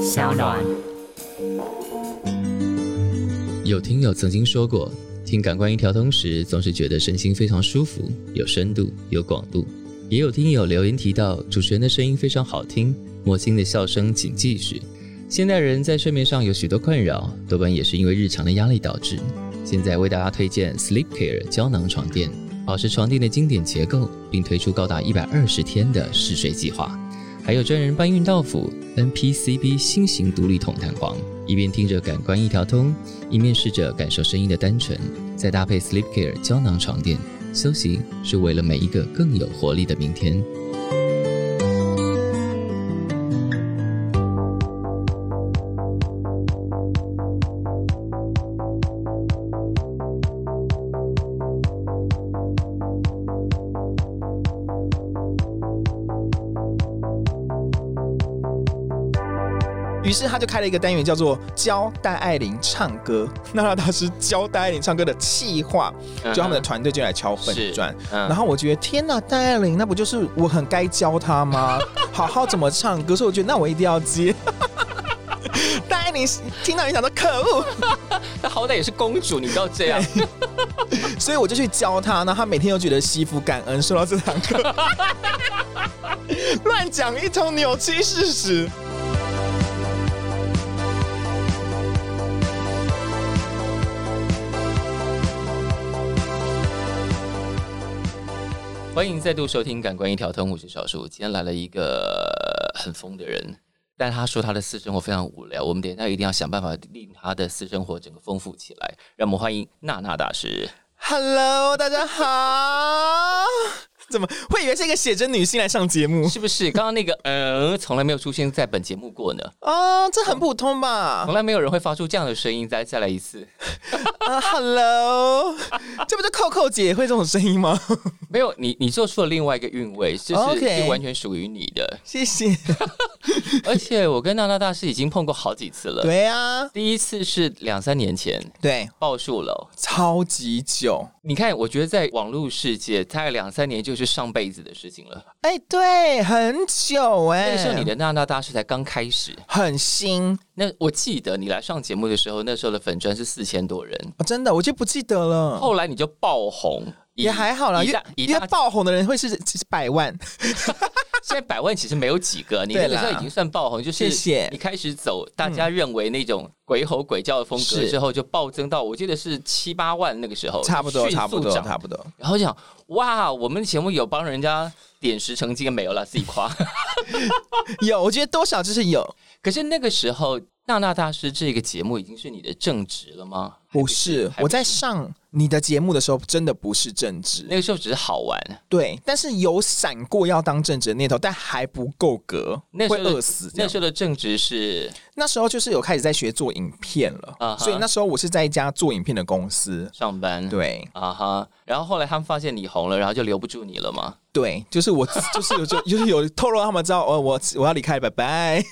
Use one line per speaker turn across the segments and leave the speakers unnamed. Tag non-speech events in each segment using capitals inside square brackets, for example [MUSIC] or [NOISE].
小暖。
有听友曾经说过，听感官一条通时，总是觉得身心非常舒服，有深度，有广度。也有听友留言提到，主持人的声音非常好听，魔性的笑声请继续。现代人在睡眠上有许多困扰，多半也是因为日常的压力导致。现在为大家推荐 Sleep Care 胶囊床垫，保持床垫的经典结构，并推出高达一百二十天的试睡计划。还有专人搬运到府 NPCB 新型独立筒弹簧，一边听着感官一条通，一面试着感受声音的单纯，再搭配 Sleep Care 胶囊床垫，休息是为了每一个更有活力的明天。
于是他就开了一个单元，叫做“教戴爱玲唱歌”。 [LAUGHS] 娜娜大师教戴爱玲唱歌的气话，就他们的团队就来敲
嗯是
粉砖。
嗯
然后我觉得天呐，戴爱玲那不就是我很该教她吗？ [LAUGHS] 好好怎么唱歌，所以我觉得那我一定要接。 [LAUGHS] 戴爱玲听到你讲说可恶，
[LAUGHS] 她好歹也是公主，你不要这样。
所以我就去教她。那她每天都觉得惜福感恩，受到这堂课， [LAUGHS] 乱讲一通扭曲事实。
欢迎再度收听《感官一条通》，我是小树。今天来了一个呃很疯的人，但他说他的私生活非常无聊，我们等一下一定要想办法令他的私生活整个丰富起来。让我们欢迎娜娜大师。
Hello，大家好。怎么会以为是一个写真女星来上节目
是不是刚刚那个嗯，从来没有出现在本节目过呢？
哦，这很普通吧
从？来没有人会发出这样的声音。再再来一
[LAUGHS]
次，
啊，Hello，这不就扣扣姐会这种声音吗？
没有你，你做出了另外一个韵味，就是
OK
是完全属于你的。
谢谢。
而且我跟娜娜大师已经碰过好几次了。
对啊，
第一次是两三年前
对，
报数楼，
超级久。
你看，我觉得在网络世界，大概两三年就是上辈子的事情了。
哎、对，很久哎、
那个时候你的娜娜大师才刚开始。
很新、
那我记得你来上节目的时候，那时候的粉砖是四千多人，
哦，真的，我就不记得了。
后来你就爆红，以
哦也还好啦，
以
因为
大以
因为
大
爆红的人会是百万，
现在百万其实没有几个，你
对
那
啦
个时候已经算爆红，就是
谢谢
你开始走大家认为那种鬼吼鬼叫的风格
是
之后，就暴增到我记得是七八万那个时候，
差不多，
迅速
差不多，
涨
差不多。
然后就想哇，我们节目有帮人家点石成金没有了，自己夸。 [LAUGHS]
有，我觉得多少就是有，
可是那个时候，娜娜大师这个节目已经是你的正职了吗？
不是
还
我在上你的节目的时候，真的不是正职，
那个时候只是好玩，
对，但是有闪过要当正职的念头，但还不够格，
那时
会
候
饿死这
那
样。
时候的正职是
那时候就是有开始在学做影片了
啊哈
所以那时候我是在一家做影片的公司。
上班，
对
啊哈。然后后来他们发现你红了，然后就留不住你了吗？
对，就是我， [LAUGHS] 就是有就就是有透露让他们知道，哦，我我要离开，拜拜。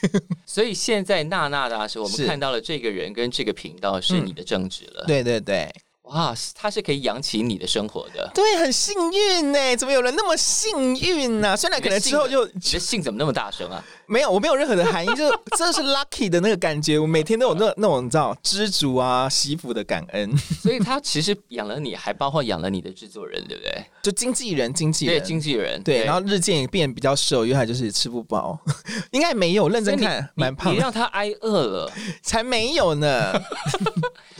所以现在娜娜大师，我们
是嗯
看到了这个人跟这个频道是你的正职了。，
对对对
哇，他是可以养起你的生活的。
对，很幸运呢、怎么有人那么幸运啊呢、虽然可能之后就
你的姓怎么那么大
[LAUGHS]
声啊？
没有，我没有任何的含义， [LAUGHS] 就是真的是 lucky 的那个感觉。我每天都有那那种你知道知足啊、惜福的感恩， [LAUGHS]
所以他其实养了你，还包括养了你的制作人，对不对？
就经纪人，经纪
对，
人，
经纪人。
对，然后日渐也变比较瘦，因为他就是吃不饱， [LAUGHS] 应该没有认
那
真
你
看，
你
蛮胖
你让他挨饿了。
[LAUGHS] 才没有呢。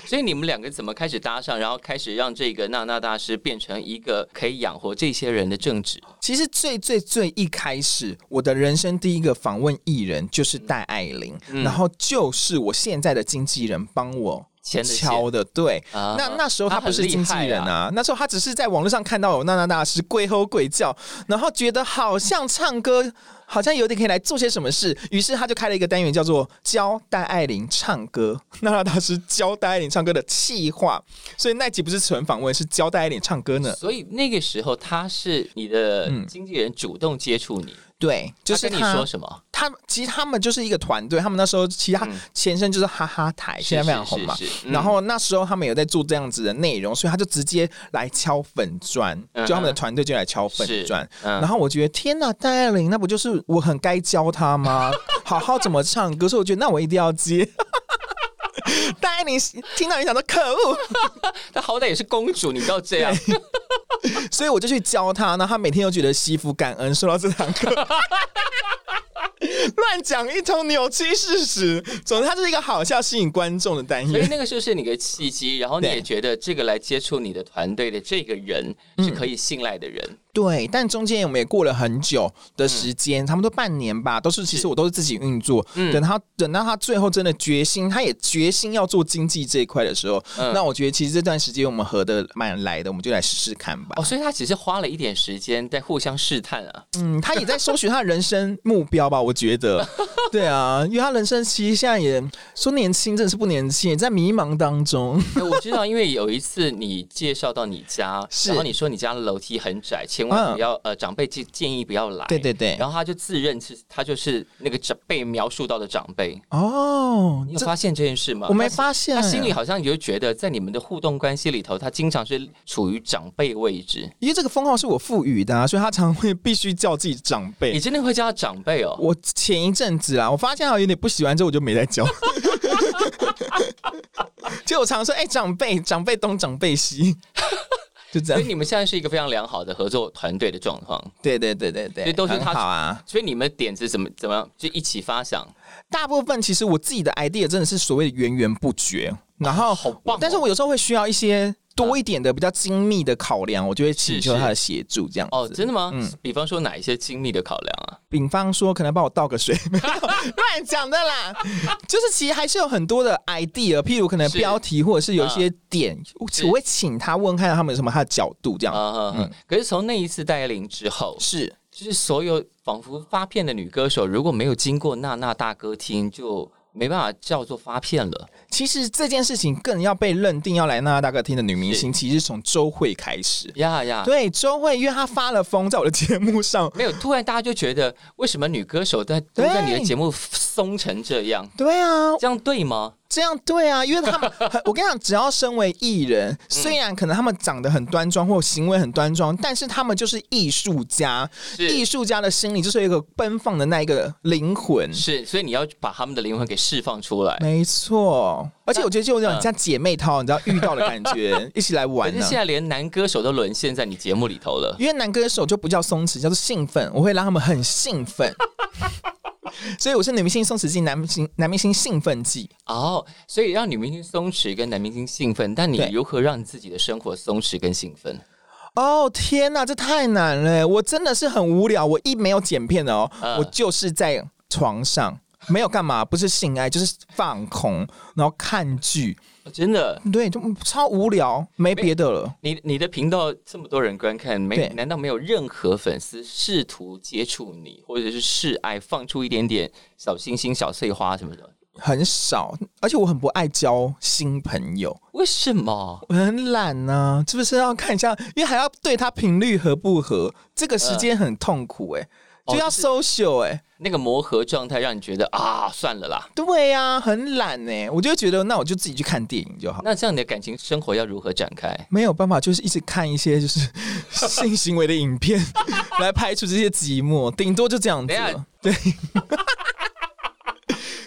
所以你们两个怎么开始搭上，然后开始让这个娜娜大师变成一个可以养活这些人的正职？
其实最最最一开始，我的人生第一个访问艺人就是戴爱玲，
嗯
然后就是我现在的经纪人帮我。
牵的线
敲的对，
啊
那那时候他
他很
不是经纪
厉害
人啊，那时候他只是在网络上看到有娜娜大师鬼吼鬼叫，然后觉得好像唱歌，好像有点可以来做些什么事，于是他就开了一个单元叫做“教戴爱玲唱歌”， [LAUGHS] 娜娜大师教戴爱玲唱歌的气话，所以那集不是纯访问，是教戴爱玲唱歌呢。
所以那个时候他是你的经纪人主动接触你，
对，嗯就是
他跟
他
你说什么？
他们其实他们就是一个团队，他们那时候其实他前身就是哈哈
嗯
台，
哎是
现在非常红嘛。
是是是嗯
然后那时候他们有在做这样子的内容，所以他就直接来敲粉砖，
嗯
就他们的团队就来敲粉砖。
是嗯
然后我觉得天呐，戴爱玲那不就是就是我很该教他吗？ [LAUGHS] 好好怎么唱歌？所以我觉得那我一定要接。 [LAUGHS] 戴爱玲听到你想说可恶，
她好歹也是公主，你不要这样。
所以我就去教他，那他每天又觉得惜福感恩，受到这
[LAUGHS]
堂课。乱讲一通，扭曲事实。总之，它是一个好笑、吸引观众的单
所以
元。
那个就是你的契机，然后你也
对
觉得这个来接触你的团队的这个人
嗯
是可以信赖的人，
对，但中间我们也过了很久的时间，差不多半年吧，都是其
是
实我都是自己运作。
嗯
等他等到他最后真的决心，他也决心要做经济这一块的时候，
嗯
那我觉得其实这段时间我们合的蛮来的，我们就来试试看吧。
哦，所以他只是花了一点时间在互相试探啊。
嗯，他也在搜寻他的人生目标吧，我觉得。对啊，因为他人生其实现在也说年轻，真的是不年轻，也在迷茫当中。
哎我知道，因为有一次你介绍到你家，
[LAUGHS] 是
然后你说你家的楼梯很窄，千万
嗯
不要、呃，长辈建建议不要来。
对对对
然后他就自认是他就是那个长被描述到的长辈，
哦
你有发现这件事吗？
我没
他
发现，哎
他心里好像就觉得，在你们的互动关系里头，他经常是处于长辈位置。
因为这个封号是我赋予的、啊，所以他常会必须叫自己长
你
辈。
真的会叫他长辈哦？
我前一阵子啊，我发现他有点不喜欢，之后我就没再叫。 [LAUGHS] 就我常说，哎、长辈，长辈东，长辈西， [LAUGHS] 就这
所以
样。
你们现在是一个非常良好的合作团队的状况，
对对对对
所以
对，
都是他
很好啊。
所以你们点子怎么怎么样就一起发想，
大部分其实我自己的 idea 真的是所谓的源源不绝，然后、
好棒哦
但是我有时候会需要一些多一点的、比较精密的考量，我就会请求
是是
他的协助这样子。
哦，真的吗？
嗯
比方说哪一些精密的考量啊？
比方说，可能帮我倒
[LAUGHS]
个水，没有乱讲的啦。就是其实还是有很多的 idea，譬如可能
是嗯
标题或者是有一些点，我
是
我会请他问看他们有什么他的角度这样。
啊、嗯，可是从那一次戴爱玲之后，
是
就是所有仿佛发片的女歌手，如果没有经过娜娜大歌厅，就没办法叫做发片了。
其实这件事情更要被认定要来娜娜大客厅的女明星，其实是从周慧开始。
呀呀，
对，周慧，因为她发了疯，在我的节目上，
没有，突然大家就觉得，为什么女歌手在都
对
在你的节目松成这样？
对啊，
这样对吗？
这样对啊，因为他们，很我跟你讲，只要身为
[LAUGHS]
艺
嗯
人，虽然可能他们长得很端庄或行为很端庄，但是他们就是艺术家，
是
艺术家的心里就是有一个奔放的那一个灵魂。
是，所以你要把他们的灵魂给释放出来。
没错，而且我觉得就有
嗯
点像姐妹淘，你知道遇到的感
[LAUGHS]
觉，一起来
可
玩
是
呢
现。在连男歌手都沦陷在你节目里头了。
因为男歌手就不叫松弛，叫做兴奋，我会让他们很
[LAUGHS]
兴奋。所以我是女明星松弛剂，男明星男明星兴奋剂。
哦，所以让女明星松弛跟男明星兴奋，但你
对
如何让你自己的生活松弛跟兴奋？
哦天哪，这太难了！欸我真的是很无聊，我一没有剪片的哦，
嗯
我就是在床上没有干嘛，不是性爱就是放空，然后看剧，
哦真的，
对，就嗯超无聊，没别的了。
你你的频道这么多人观看，没
对
难道没有任何粉丝试图接触你，或者是示爱，放出一点点小星星、小碎花什么的？
很少，而且我很不爱交新朋友，
为什么？
我很懒呐、是不是要看一下？因为还要对他频率合不合，这个时间很痛苦哎、
哦
就要
就是
social 哎、
那个磨合状态让你觉得啊，算了啦。
对呀、很懒哎、我就觉得那我就自己去看电影就好。
那这样你的感情生活要如何展开？
没有办法，就是一直看一些就是 [LAUGHS] 性行为的
[LAUGHS]
影片来排除这些寂寞，顶多就这样子
等一下
了。对，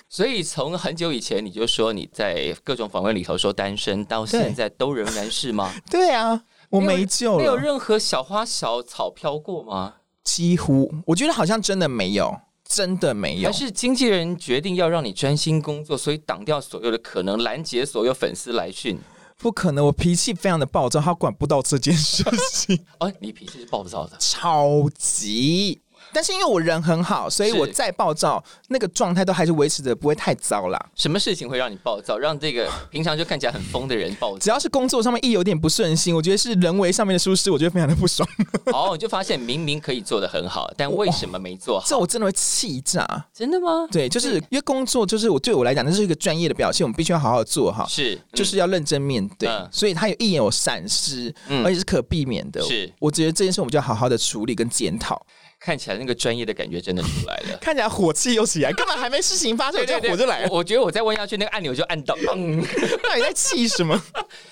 所以从很久以前你就说你在各种访问里头说单身，到
对
现在都仍然是 [LAUGHS] 吗？
对啊，我没救
没有
了，
任何小花小草飘过吗？
几乎我觉得好像真的没有，真的没有
还。是经纪人决定要让你专心工作，所以挡掉所有的可能，拦截所有粉丝来讯？
不可能，我脾气非常的暴躁，他管不到这件事情，
哦，你脾气是暴躁的，
超级。但是因为我人很好，所以
是
我再暴躁，那个状态都还是维持着不会太糟啦。
什么事情会让你暴躁？让这个平常就看起来很疯的人暴躁？
只要是工作上面一有点不顺心，我觉得是人为上面的疏失，我觉得非常的
[LAUGHS]
不爽，
[LAUGHS] 哦，我就发现明明可以做的很好，但为什么没做好？
这我真的会气炸。
[LAUGHS] 真的吗？
嗯对，就是因为工作，就是我对我来讲，那是一个专业的表现，我们必须要好好做好，
是，
就是要认真面对。
嗯
所以他有一眼有闪失，
嗯
而且是可避免的。
是
我觉得这件事我们就要好好的处理跟检讨。
嗯看起来那个专业的感觉真的出来 [LAUGHS] 了。
看起来火气又起来，根本还没事情发生，我
对对
就
对
火就来 [LAUGHS] 了。
我我觉得我再问下去，那个按钮就按到。嗯
到底在气什么？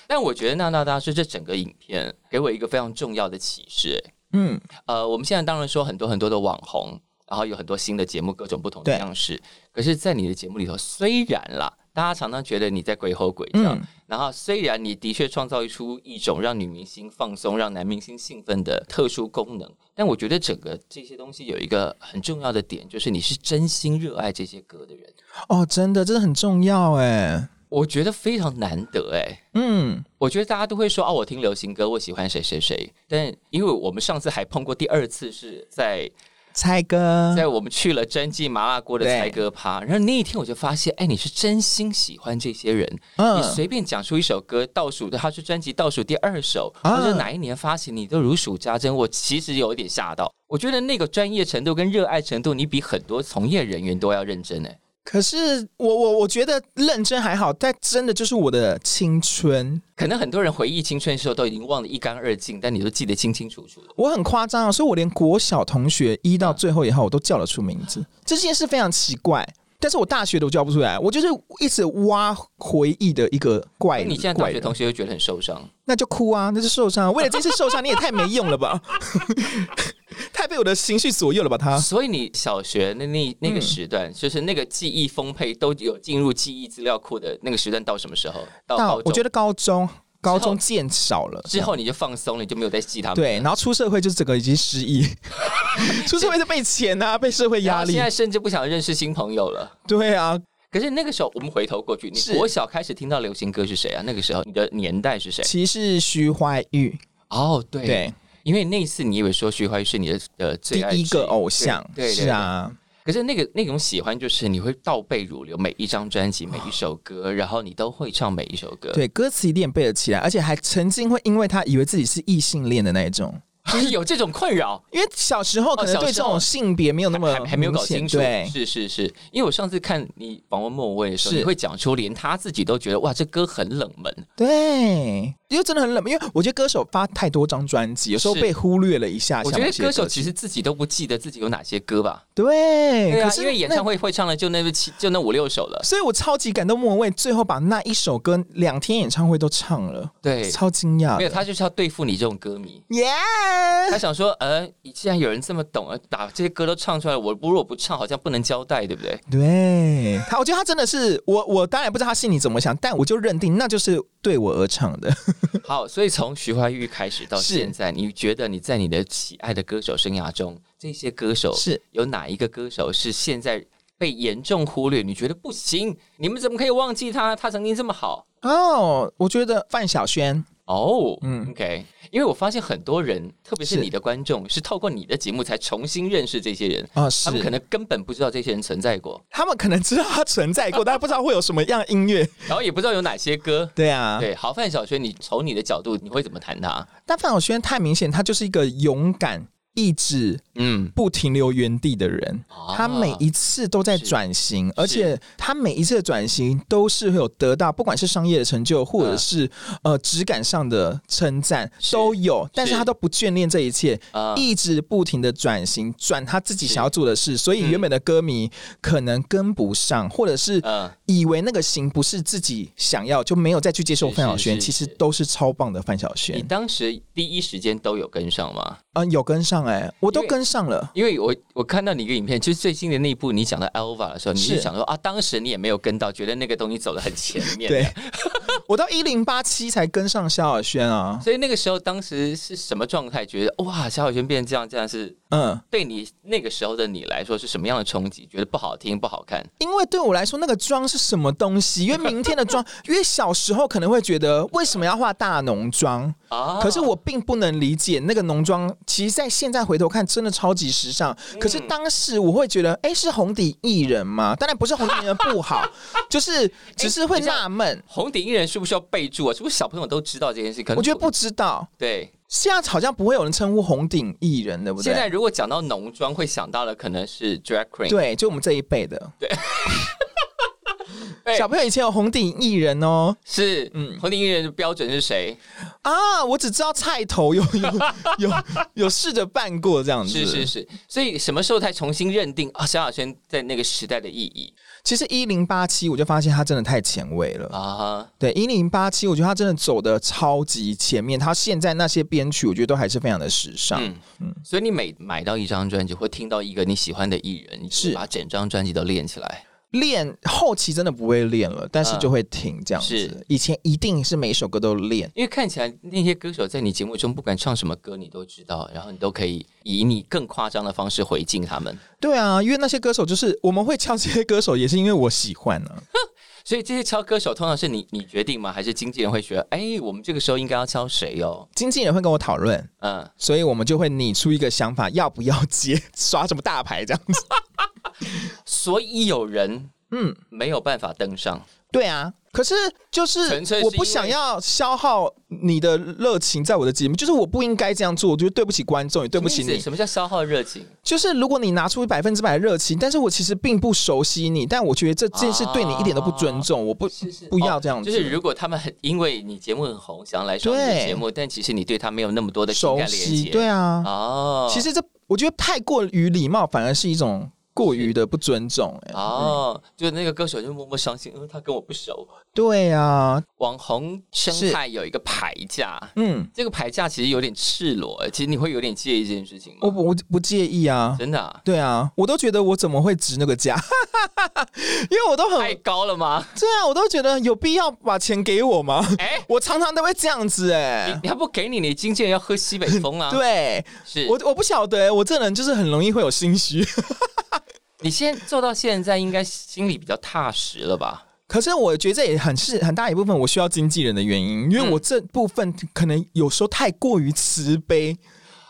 但我觉得娜娜大师这整个影片给我一个非常重要的启示、欸
嗯，
呃，我们现在当然说很多很多的网红。然后有很多新的节目，各种不同的
对
样式。可是，在你的节目里头，虽然啦，大家常常觉得你在鬼吼鬼叫，
嗯
然后虽然你的确创造出一种让女明星放松、让男明星兴奋的特殊功能，但我觉得整个这些东西有一个很重要的点，就是你是真心热爱这些歌的人，
哦，真的，真的很重要哎。
我觉得非常难得哎、
嗯，
我觉得大家都会说哦，我听流行歌，我喜欢谁谁谁。但因为我们上次还碰过第二次，是在
猜歌，
在我们去了真记麻辣锅的
嗯对
猜歌趴，然后那一天我就发现，哎，你是真心喜欢这些人。你
嗯，
随便讲出一首歌，倒数的，他是专辑倒数第二首，
啊
或者哪一年发行，你都如数家珍。我其实有一点吓到，我觉得那个专业程度跟热爱程度，你比很多从业人员都要认真哎。
可是我我我觉得认真还好，但真的就是我的青春。
可能很多人回忆青春的时候都已经忘得一干二净，但你都记得清清楚楚的。
我很夸张啊，所以我连国小同学一到最后以后，我都叫得出名字，这件事非常奇怪。但是我大学都叫不出来，我就是一直挖回忆的一个怪
那
人。
你现在大
怪
学
人
同学会觉得很受伤。
那就哭啊，那就受伤啊。为了这次
[LAUGHS]
受伤，你也太没用了吧？ [LAUGHS] 太被我的情绪左右了吧？他
所以你小学那那那个时段，就是那个记忆丰沛，都有进入记忆资料库的那个时段，到什么时候？到高
到
中，
我觉得高中高中见少了
之后你就放松了，你就没有再记他们。
对，然后出社会就是整个已经失
[LAUGHS]
忆，出社会是被钱啊，被社会
然
压
后
力
现，在甚至不想认识新朋友了。
对啊，
可是那个时候，我们回头过去，你
是
国小开始听到流行歌是谁啊？那个时候你的年代是谁？
歧视徐怀钰，
哦，对，
对，
因为那一次你以为说徐怀钰是你的呃
第
最爱
一个
之
偶像，
对对
是。啊，
对可是那个那种喜欢，就是你会倒背如流，每一张专辑、每一首歌，然后你都会唱每一首歌。
对，歌词一定也背得起来，而且还曾经会因为他以为自己是异性恋的那一种，
就是 [LAUGHS] 有这种困扰，
因为小时候可能
哦小
对
时
这
候
种性别没有那么
还还没有搞
明显
清楚。
对，
是是是，因为我上次看你访问莫文蔚的时候，
是
你会讲出连他自己都觉得哇，这歌很冷门。
对，因为真的很冷门，因为我觉得歌手发太多张专辑，有时候
是
被忽略了一下。
我觉得
像某些
歌手
曲
其实自己都不记得自己有哪些歌吧。
对，
对啊
可，是
因为演
那
唱会会唱的就那七就那五六首了。
所以我超级感动莫文蔚，最后把那一首歌两天演唱会都唱了，
对，
超惊讶
没有
的。
他就是要对付你这种歌迷。
耶
他想说，呃，既然有人这么懂，呃把这些歌都唱出来，我如果不唱，好像不能交代，对不对？
对他，我觉得他真的是我，我当然不知道他心里怎么想，但我就认定那就是对我而唱的。
好，所以从徐怀钰开始到
是
现在，你觉得你在你的喜爱的歌手生涯中，这些歌手
是
有哪一个歌手是现在被严重忽略？你觉得不行，你们怎么可以忘记他？他曾经这么好
哦我觉得范晓萱
哦。嗯
嗯
，OK，因为我发现很多人，特别是
是
你的观众，是透过你的节目才重新认识这些人。
啊、是
他们可能根本不知道这些人存在过，
他们可能知道他存在过，但不知道会有什么样音乐。
然后也不知道有哪些歌。
对啊，
对，好，范晓萱，你从你的角度，你会怎么谈他？
但范晓萱太明显，她就是一个勇敢、意志
嗯，
不停留原地的人。
啊
她每一次都在
是
转型，而且她每一次的转型都是会有得到，不管是商业的成就，或者是、呃质感上的称赞
嗯是
都有，但是
是
她都不眷恋这一切，
啊
一直不停的转型，转她自己
是
想要做的事，所以原本的歌迷可能跟不上，或者是
嗯
以为那个型不是自己想要，就没有再去接受
是
范晓
是
萱，
是
其实
是
都是超棒的范晓萱
你。当时第一时间都有跟上吗？
嗯，有跟上哎、我
因
都
为
跟上了。
因为我我看到你一个影片，就是最新的那一部，你讲到 Alva 的时候，你就是想说啊，当时你也没有跟到，觉得那个东西走的很前面。
对，， [LAUGHS] 我到一零八七才跟上萧亚轩啊。
[LAUGHS] 所以那个时候当时是什么状态？觉得哦哇，萧亚轩变这样，这样是
嗯，
对你那个时候的你来说是什么样的冲击？觉得不好听，不好看。
因为对我来说，那个妆是什么东西？因为明天
[LAUGHS]
的妆，因为小时候可能会觉得为什么要化大浓妆，
啊
可是我并不能理解那个浓妆，其实在现在回头看，真的超级时尚。
嗯
可是当时我会觉得，哎、是红底艺人吗？当然不是红底艺人不好， [LAUGHS] 就是
哎
只是会
等一下
纳闷。
红顶艺人是不是要备注啊？是不是小朋友都知道这件事？可能
我觉得不知道，
对。
现在好像不会有人称呼红顶艺人，对不对？
现在如果讲到浓妆，会想到的可能是 drag queen。
对，就我们这一辈的。
哎、对
小朋友以前有红顶艺人哦
是，
嗯
嗯，红顶艺人的标准是谁？
啊，我只知道菜头有有有 [LAUGHS] 有试着办过这样子。
是是是，所以什么时候才重新认定啊？萧亚轩在那个时代的意义
其实一零八七我就发现他真的太前卫了。
啊？
对一零八七，我觉得他真的走的超级前面，他现在那些编曲，我觉得都还是非常的时尚。
嗯所以你每买到一张专辑，或听到一个你喜欢的艺人，你就是把整张专辑都练起来。
练后期真的不会练了，但是
嗯
就会停这样子。
是
以前一定是每首歌都练，
因为看起来那些歌手在你节目中不管唱什么歌，你都知道，然后你都可以以你更夸张的方式回敬他们。
对啊，因为那些歌手就是我们会敲这些歌手，也是因为我喜欢啊 [LAUGHS] 呢、
所以这些敲歌手通常是你你决定吗？还是经纪人会觉得，哎，我们这个时候应该要敲谁哦？
经纪人会跟我讨论，
嗯，
所以我们就会拟出一个想法，要不要接， [LAUGHS] 耍什么大牌这样子。
所以有人
嗯，
没有办法登上，
对啊。可是就是
纯粹是
我不
因为
想要消耗你的热情在我的节目，就是我不应该这样做，我觉得对不起观众，也对不
什
起
么意
你
思。什么叫消耗热情？
就是如果你拿出百分之百的热情，但是我其实并不熟悉你，但我觉得这件事对你一点都不尊重，我不
是是
不要这样子。
哦就是如果他们很因为你节目很红，想要来上你的
对
节目，但其实你对他没有那么多的情
熟
感连
悉，
接，
对啊。
哦，
其实这我觉得太过于礼貌，反而是一种过于的不尊重、哎
哦，就那个歌手就默默伤心，因为他跟我不熟。
对啊，
网红生态有一个牌价，
嗯，
这个牌价其实有点赤裸，其实你会有点介意这件事情吗？
我不我不介意啊。
真的啊、
对啊，我都觉得我怎么会值那个价， [LAUGHS] 因为我都很
太高了 [LAUGHS] 吗？
对啊，我都觉得有必要把钱给我吗？ [LAUGHS]
哎、
我常常都会这样子哎、
你你还不给你，你经纪人要喝西北风 [LAUGHS] 啊？，
对
是
我我不晓得、哎我这人就是很容易会有心虚。 [LAUGHS]
你现在做到现在，应该心里比较踏实了吧？
可是我觉得这也很是很大一部分我需要经纪人的原因，因为我这部分可能有时候太过于慈悲。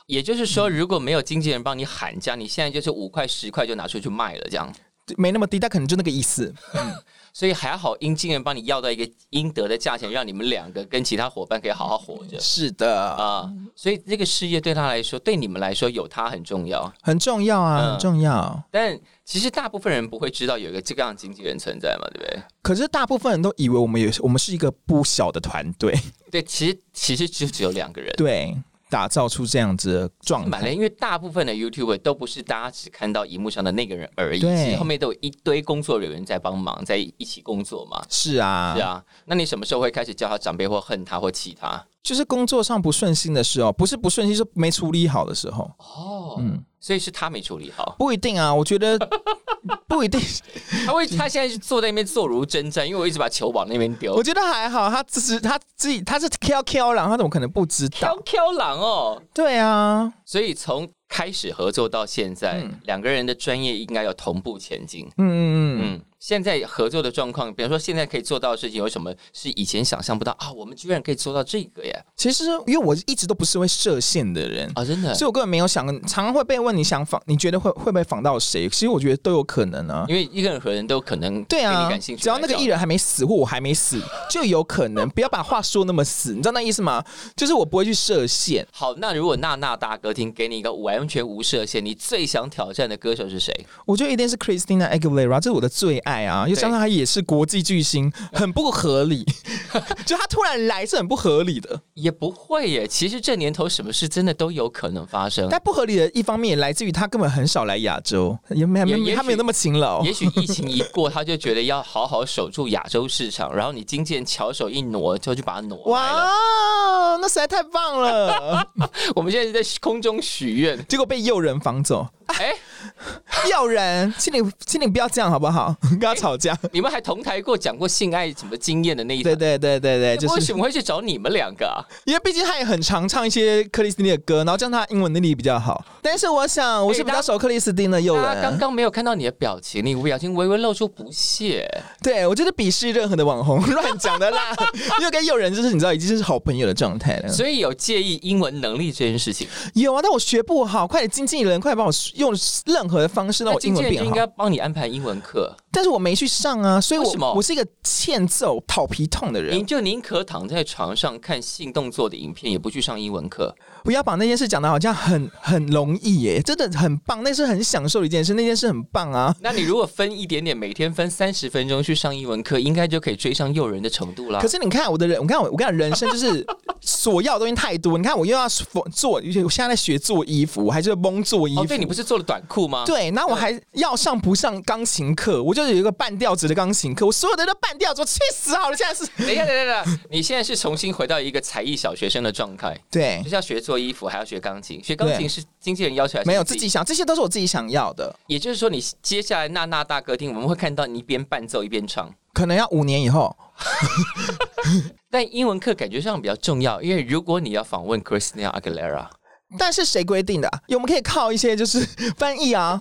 也就是说，
嗯
如果没有经纪人帮你喊价，你现在就是五块十块就拿出去卖了这样。
没那么低，但可能就那个意思。
所以还好，经纪人帮你要到一个应得的价钱，让你们两个跟其他伙伴可以好好活着
是的，
啊、所以这个事业对他来说，对你们来说有他很重要。
很重要啊，
嗯
很重要。
但其实大部分人不会知道有一个这样的经纪人存在嘛，对不对？
可是大部分人都以为我们有，我们是一个不小的团队，
对，其实其实就只有两个人。
对，打造出这样子的状
满
态。
了，因为大部分的 YouTuber 都不是大家只看到荧幕上的那个人而已，
对
其实后面都有一堆工作人员在帮忙，在一起工作嘛。
是啊，
是啊，那你什么时候会开始叫他长辈或恨他或气他？
就是工作上不顺心的时候，不是不顺心，是没处理好的时候，
哦，嗯，所以是他没处理好，
不一定啊。我觉得 [LAUGHS] 不一定，
他会他现在是坐在那边坐如针毡，因为我一直把球往那边
我
丢。
觉得还好。他自己他自己他是 Q Q 狼，他怎么可能不知道
飘？飘狼哦，
对啊，
所以从开始合作到现在，
嗯
两个人的专业应该要同步前进。
嗯嗯嗯，
嗯，现在合作的状况，比如说现在可以做到的事情，有什么是以前想象不到啊？我们居然可以做到这个耶！
其实因为我一直都不是会设限的人，
啊，真的，
所以我根本没有想，常常会被问你想仿，你觉得会会不会仿到谁？其实我觉得都有可能啊。
因为一个人和人都可能对
对
你
啊
感兴，趣，
只要那个艺，人还没死或我还没死，就有可能。不要把话说那么死，你知道那意思吗？就是我不会去设限。
好，那如果娜娜大歌厅给你一个完全无设限，你最想挑战的歌手是谁？
我觉得一定是 Christina Aguilera，这是我的最爱啊！又加上她也是国际巨星，很不
[LAUGHS]
合理，就她突然来是很不合理的。
也不会耶，其实这年头什么事真的都有可能发生。
但不合理的一方面也来自于她根本很少来亚洲，也没
也也
没
许
她没有那么勤劳
也。许疫情一过，他就觉得要好好守住亚洲市场，然后你经纪人巧手一挪，就去把它挪来了。
哇，那实在太棒了！
[LAUGHS] 我们现在是在空中许愿，
结果被诱人防走，
哎、
诱人，请你请你不要这样好不好？跟他吵架。
你们还同台过讲过性爱什么经验的那一
对
场，
对对对对，就
为
是
什么会去找你们两个啊？
因为毕竟他也很常唱一些克里斯汀的歌，然后这样他英文能力比较好。但是我想我是比较熟克里斯汀的诱
大家哎刚
人，
刚没有看到你的表情，你表情微微露出不屑。
对我觉得鄙视任何的网红 [LAUGHS] 乱讲的啦，因为跟诱人就是你知道已经是好朋友的状态了。
所以有介意英文能力这件事情，
有啊，但我学不好，快点经纪人，快点帮我用任何的方式让
那
我
经
英
纪人
文变
就应
好。
该帮你安排英文课，
但是我没去上啊，所以
为什么
我我是一个欠揍、跑皮痛的人
您。就宁可躺在床上看性动作的影片，也不去上英文课。
不要把那件事讲的好像很很容易耶，真的很棒，那是很享受的一件事，那件事很棒啊。
那你如果分一点点，每天分三十分钟去上英文课，应该就可以追上诱人的程度啦。
可是你看我的人，我看我，我跟你讲，人生就是 [LAUGHS] 所要的东西太多。你看我又要缝做，我现在在学做衣服，我还是蒙做衣服。
哦，对你不是做了短裤吗？，
对，然后我还要上不上钢琴课，我就有一个半吊子的钢琴课，我所有的都半吊子，我气死好了。现在是，
等一下，等一下，等一下，你现在是重新回到一个才艺小学生的状态，
对
就，是要学做衣服，还要学钢琴。学钢
对
琴是经纪人要求，还是
没有
你
自己？想，这些都是我自己想要的，
也就是说，你接下来娜娜大歌厅，我们会看到你一边伴奏一边唱。
可能要五年以后。
但英文课感觉上比较重要，因为如果你要访问 Christina Aguilera，
但是谁规定的、啊？我们可以靠一些就是 [LAUGHS] 翻译啊，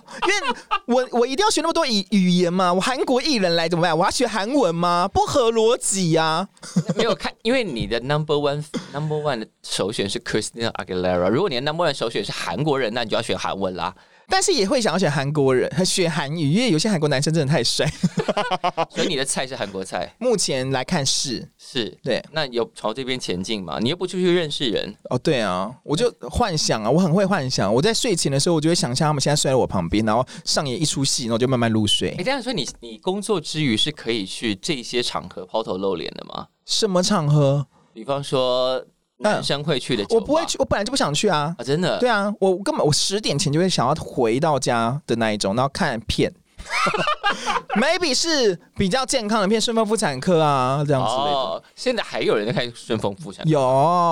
因为我我一定要学那么多语语言嘛。我韩国艺人来怎么办？我要学韩文吗？不合逻辑呀、啊。
没有看，因为你的 number one number one 的首选是 Christina Aguilera，如果你的 number one 首选是韩国人，那你就要学韩文啦。
但是也会想要选韩国人，呃学韩语，因为有些韩国男生真的太帅。
所以你的菜是韩国菜，
目前来看是，
是。
对，
那有朝这边前进嘛？你又不出去认识人，
哦，对啊，我就幻想啊，我很会幻想。我在睡前的时候，我就会想象他们现在睡在我旁边，然后上演一出戏，然后我就慢慢入睡
哎、。这样说你你工作之余是可以去这些场合抛头露脸的吗？
什么场合？
比方说男生会去的酒吧、
我不会去，我本来就不想去啊。
啊，真的。
对啊，我我根本我十点前就会想要回到家的那一种，然后看
[LAUGHS]
片，maybe 是比较健康的片，顺丰妇产科啊这样之类的。
哦，现在还有人在看顺丰妇产，
有，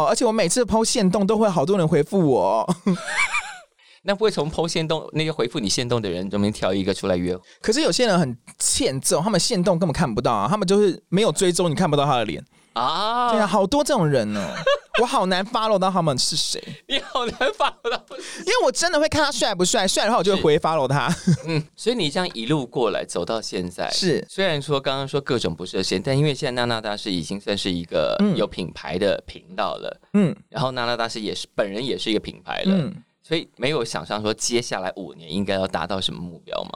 而且我每次剖线动都会好多人回复我，
那不会从剖线动那些回复你线动的人中间挑一个出来约？
可是有些人很欠揍，他们线动根本看不到啊，他们就是没有追踪，你看不到他的脸。
啊，
对啊，好多这种人
[LAUGHS]
哦，我好难 follow 到他们是谁，
你好难发到。
因为我真的会看他帅不帅，帅的话我就会回 follow 他。
嗯，所以你这样一路过来走到现在，
是
虽然说刚刚说各种不设限，但因为现在娜娜大师已经算是一个有品牌的频道了，
嗯
然后娜娜大师也是本人也是一个品牌了，
嗯
所以没有想象说接下来五年应该要达到什么目标嘛？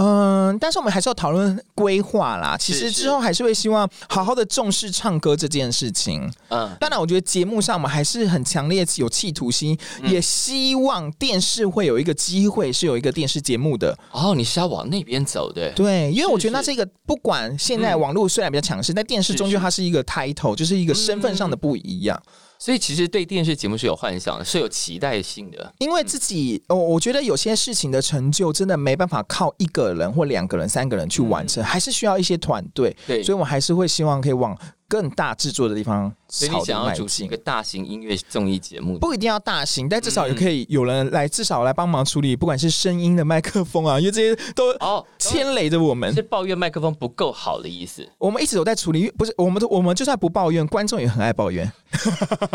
嗯，但是我们还是要讨论规划啦。其
是
实
是
之后还是会希望好好的重视唱歌这件事情。
嗯，
当然，我觉得节目上我们还是很强烈有企图心，
嗯
也希望电视会有一个机会是有一个电视节目的。
哦，你是要往那边走的，
对，因为
是
我觉得那
是
这个不管现在
嗯
网络虽然比较强势，但电视
是
终究
是嗯
它是一个 title，就是一个身份上的不一样。
所以其实对电视节目是有幻想的，是有期待性的。
因为自己，我、我觉得有些事情的成就真的没办法靠一个人或两个人、三个人去完成，还是需要一些团队。
嗯对
所以我还是会希望可以往更大制作的地方
所以你
朝
想
着
要
迈
主持一
进
个。大型音乐综艺节目，
不一定要大型，但至少也可
嗯
以有人来，至少来帮忙处理，不管是声音的麦克风啊，因为这些都
哦，
牵累着我们
是。抱怨麦克风不够好的意思。
我们一直有在处理，不是我们都我们就算不抱怨，观众也很爱抱
[LAUGHS]
怨，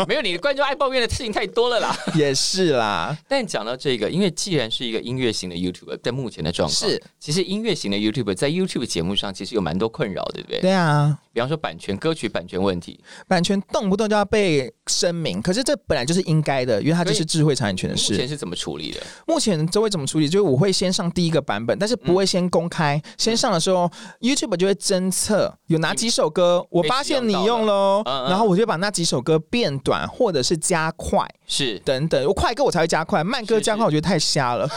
没有你的观众爱抱怨的事情太多了啦。
也是啦。
但讲到这个，因为既然是一个音乐型的 YouTube，在目前的状况
是，
其实音乐型的 YouTube 在 YouTube 节目上其实有蛮多困扰，对不对？
对啊，
比方说版权、歌曲版权问题，
版权动不动就要被声明，可是这本来就是应该的，因为它就是智慧财产权的
目
事。
前是怎么处理的？
目前都会怎么处理？就是我会先上第一个版本，但是不会先公开。先上的时候，YouTube 就会侦测有哪几首歌，我发现你用喽
被使用到了嗯嗯，
然后我就把那几首歌变短或者是加快
是
等等。我快歌我才会加快，慢歌
是
加快我觉得太
[LAUGHS]
瞎了。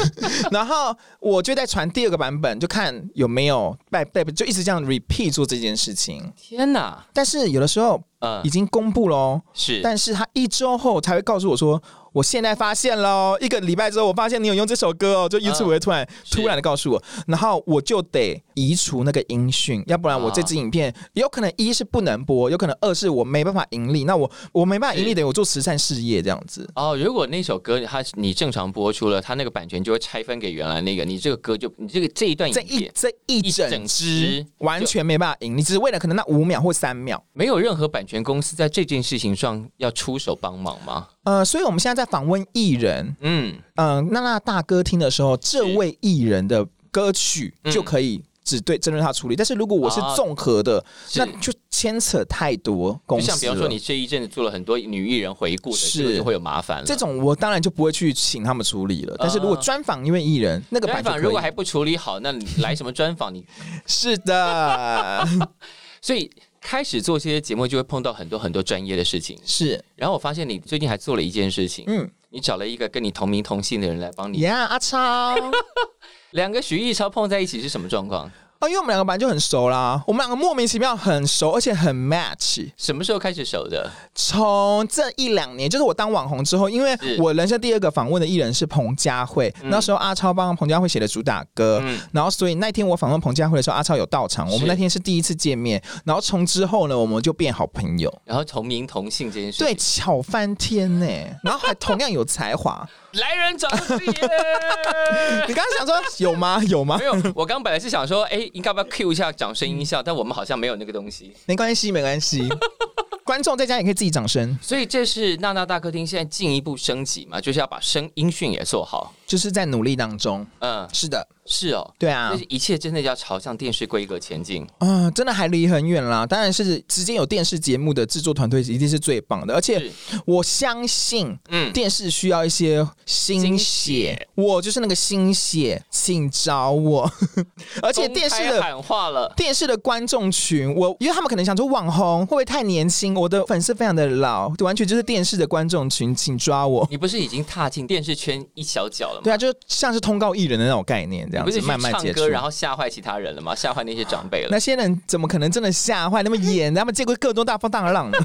[LAUGHS] 然后我就再传第二个版本，就看有没有被被就一直这样 repeat 做这件事情。
天哪，
但是有的时候
嗯
已，经公布喽，
是，
但是他一周后才会告诉我说，我现在发现喽，一个礼拜之后我发现你有用这首歌哦，就
嗯
YouTube 会突然、
是
突然的告诉我，然后我就得移除那个音讯，要不然我这支影片、有可能一是不能播，有可能二是我没办法盈利，那我我没办法盈利
是
等于我做慈善事业这样子。
哦，如果那首歌它是你正常播出了，它那个版权就会拆分给原来那个，你这个歌就你这个这一段
这
影
一
片
这一
一
整
整
支
支
完全没办法盈利，只是为了可能那五秒或三秒。
没有任何版权公司在这件事情上要出手帮忙吗？
呃，所以我们现在在访问艺人，
嗯，
呃嗯，娜娜大歌厅的时候，这位艺人的歌曲就可以只对针对他处理。但是如果我是
啊
综合的，
是
那就牵扯太多公
就
司了。
像比方说，你这一阵子做了很多女艺人回顾的，
是
这个就会有麻烦了。
这种，我当然就不会去请他们处理了。但是如果专访因为艺人，那个版
专
就可
访
以
如果还不处理好，那你来什么专访？你
[LAUGHS]
[LAUGHS]
是的，
所以开始做这些节目，就会碰到很多很多专业的事情。
是
然后我发现你最近还做了一件事情，
嗯
你找了一个跟你同名同姓的人来帮你。
呀，阿超。
两个徐艺超碰在一起是什么状况？
啊，因为我们两个本来就很熟啦，我们两个莫名其妙很熟，而且很 match。
什么时候开始熟的？
从这一两年，就是我当网红之后，因为
是
我人生第二个访问的艺人是彭佳慧，那时候阿超帮彭佳慧写的主打歌，
嗯
然后所以那天我访问彭佳慧的时候，阿超有到场，我
是
们那天是第一次见面，然后从之后呢，我们就变好朋友，
然后同名同姓这件事，
对，，巧翻天呢、然后还同样有
[LAUGHS]
才华，
来人找自己。
[LAUGHS] 你刚刚想说有吗？有吗
没？有，我刚本来是想说，哎，应该不要 cue 一下掌声音效，但我们好像没有那个东西。
没关系，没
[LAUGHS]
关系，观众在家也可以自己掌声。
所以这是娜娜大客厅现在进一步升级嘛，就是要把声音讯也做好。
就是在努力当中。
嗯，
是的，
是哦，
对啊
就是，一切真的要朝向电视规格前进。
啊、真的还离很远啦。当然是直接有电视节目的制作团队一定是最棒的，而且
是
我相信。
嗯，
电视需要一些新
新
血
血，
我就是那个新血，请找我。 [LAUGHS] 而
而
且电视的
喊话了，
电视的观众群，我因为他们可能想说网红会不会太年轻，我的粉丝非常的老，完全就是电视的观众群，请抓我。
你不是已经踏进电视圈一小脚了吗？
对啊，就像是通告艺人的那种概念，这
你
样
不是
子
去
慢慢
唱
接触
歌，。然后吓坏其他人了吗？吓坏那些长辈了
那。些人怎么可能真的吓坏？那么演，他们见过各种大风大浪的。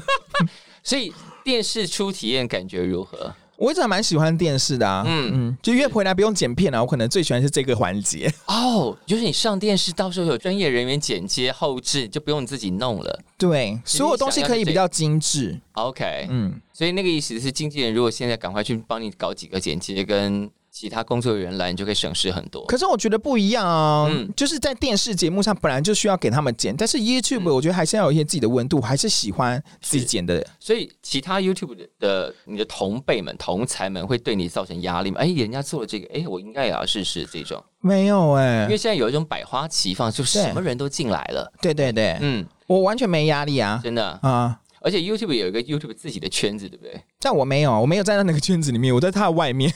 所以电视初体验感觉如何？
我一直还蛮喜欢电视的啊，嗯
嗯
嗯，就约回来不用剪片啊，我可能最喜欢是这个环节。 [LAUGHS]
哦，就是你上电视，到时候有专业人员剪接后置，就不用你自己弄了。
对，所有东西可以比较精致，
OK，
嗯，
所以那个意思是，经纪人如果现在赶快去帮你搞几个剪接，跟其他工作人员来，你就可以省事很多。
可是我觉得不一样啊，
嗯
就是在电视节目上本来就需要给他们剪，但是 YouTube
嗯
我觉得还是要有一些自己的温度，我还是喜欢自己剪的。
所以其他 YouTube 的的你的同辈们、同才们会对你造成压力吗？哎，人家做了这个，哎，我应该也要试试这种。
没有哎、
因为现在有一种百花齐放，就什么人都进来了。
对对对，
嗯，
我完全没压力啊
真的。
啊！
而且 YouTube 有一个 YouTube 自己的圈子，对不对？
但我没有，我没有站在那个圈子里面，我在他的外
[LAUGHS]
面，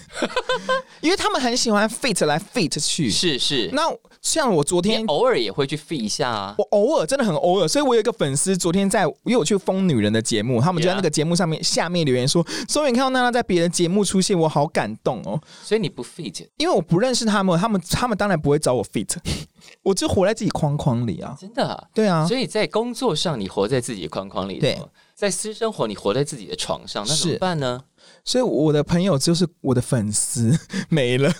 因为他们很喜欢 fit 来 fit 去。
是是，
那像我昨天
你偶尔也会去 fit 一下啊。
我偶尔真的很偶尔，所以我有一个粉丝昨天在，因为我去疯女人的节目，他们就在
Yeah
那个节目上面下面留言说，终于看到娜娜在别的节目出现，我好感动哦，
所以你不 fit，
因为我不认识他们，他们他们当然不会找我 fit，我 [LAUGHS] 就活在自己框框里啊，
真的啊、
对啊，
所以在工作上你活在自己的框框里头，
对
在私生活你活在自己的床上，那怎么
是
办呢？
所以我的朋友就是我的粉丝 [LAUGHS]
[LAUGHS]
没了，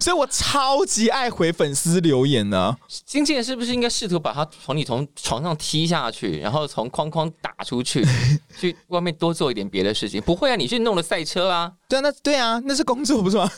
所以我超级爱回粉丝留言啊呢、
经纪人是不是应该试图把他从你从床上踢下去，然后从框框打出
[LAUGHS]
去，去外面多做一点别的事情？不会啊，你去弄了赛车啊，
对啊，那对啊，那是工作不是吗？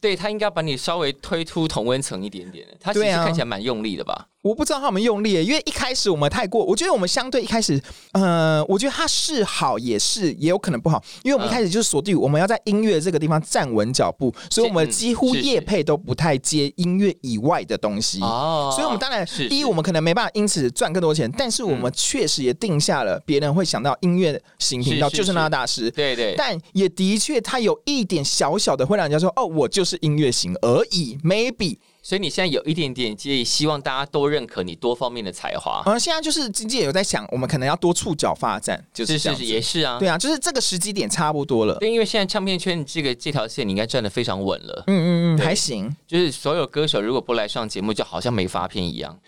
对他应该把你稍微推出同温层一点点，他其实
对啊
看起来蛮用力的吧？
我不知道他们用力耶，因为一开始我们太过，我觉得我们相对一开始，呃，我觉得他是好，也是也有可能不好，因为我们一
嗯
开始就是锁定我们要在音乐这个地方站稳脚步，所以我们
嗯
几乎
是是
业配都不太接音乐以外的东西。
哦，
啊所以，我们当然，
是嗯
第一，
是
我们可能没办法因此赚更多钱，但是我们确实也定下了别人会想到音乐型频道
是是
就是那大师，
哦对对，
但也的确，他有一点小小的会让人家说，哦，我就是音乐型而已，maybe。
所以你现在有一点点介意，希望大家多认可你多方面的才华，
呃，现在就是经纪人有在想，我们可能要多触角发展，就
是
是这
是
样子
是，也是啊，
对啊，就是这个时机点差不多了。
对，因为现在唱片圈这个这条线你应该站得非常稳了，
嗯嗯嗯，
对
还行，
就是所有歌手如果不来上节目，就好像没发片一样。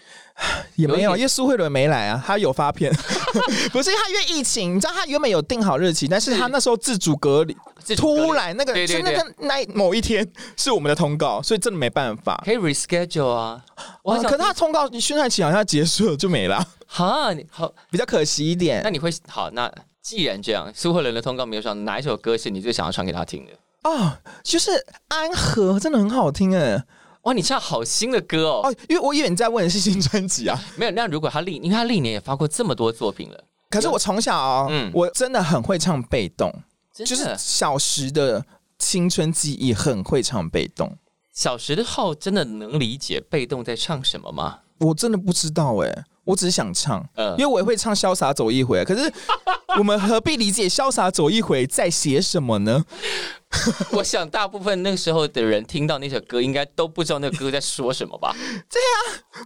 也没
有
有，
一点
因为苏慧伦没来啊，她有发片，
[LAUGHS]
不是因为她因为疫情，你知道她原本有定好日期，但是她那时候自主隔离，
自主隔离
突然那个
对对
就那个那某一天是我们的通告，所以真的没办法。
可以 reschedule 啊，我
啊、
很
可
想
是他通告宣传期好像结束了就没了，
哈，你好，
比较可惜一点
那。你会好？那既然这样，苏慧伦的通告没有上，哪一首歌是你最想要唱给他听的？
哦，就是安和真的很好听哎
哇，你唱好新的歌哦！
哦，因为我以为你在问的是新专辑啊，
没有，那如果他历，因为他历年也发过这么多作品了，
可是我从小、哦
嗯
我真的很会唱被动，
真的
就是小时的青春记忆很会唱被动。
小时候真的能理解被动在唱什么吗？
我真的不知道哎、我只是想唱，
嗯
因为我也会唱《潇洒走一回》，啊可
[LAUGHS]
是我们何必理解《潇洒走一回》在写什么呢？
我想大部分那时候的人听到那首歌，应该都不知道那个歌在说什么吧？ [LAUGHS]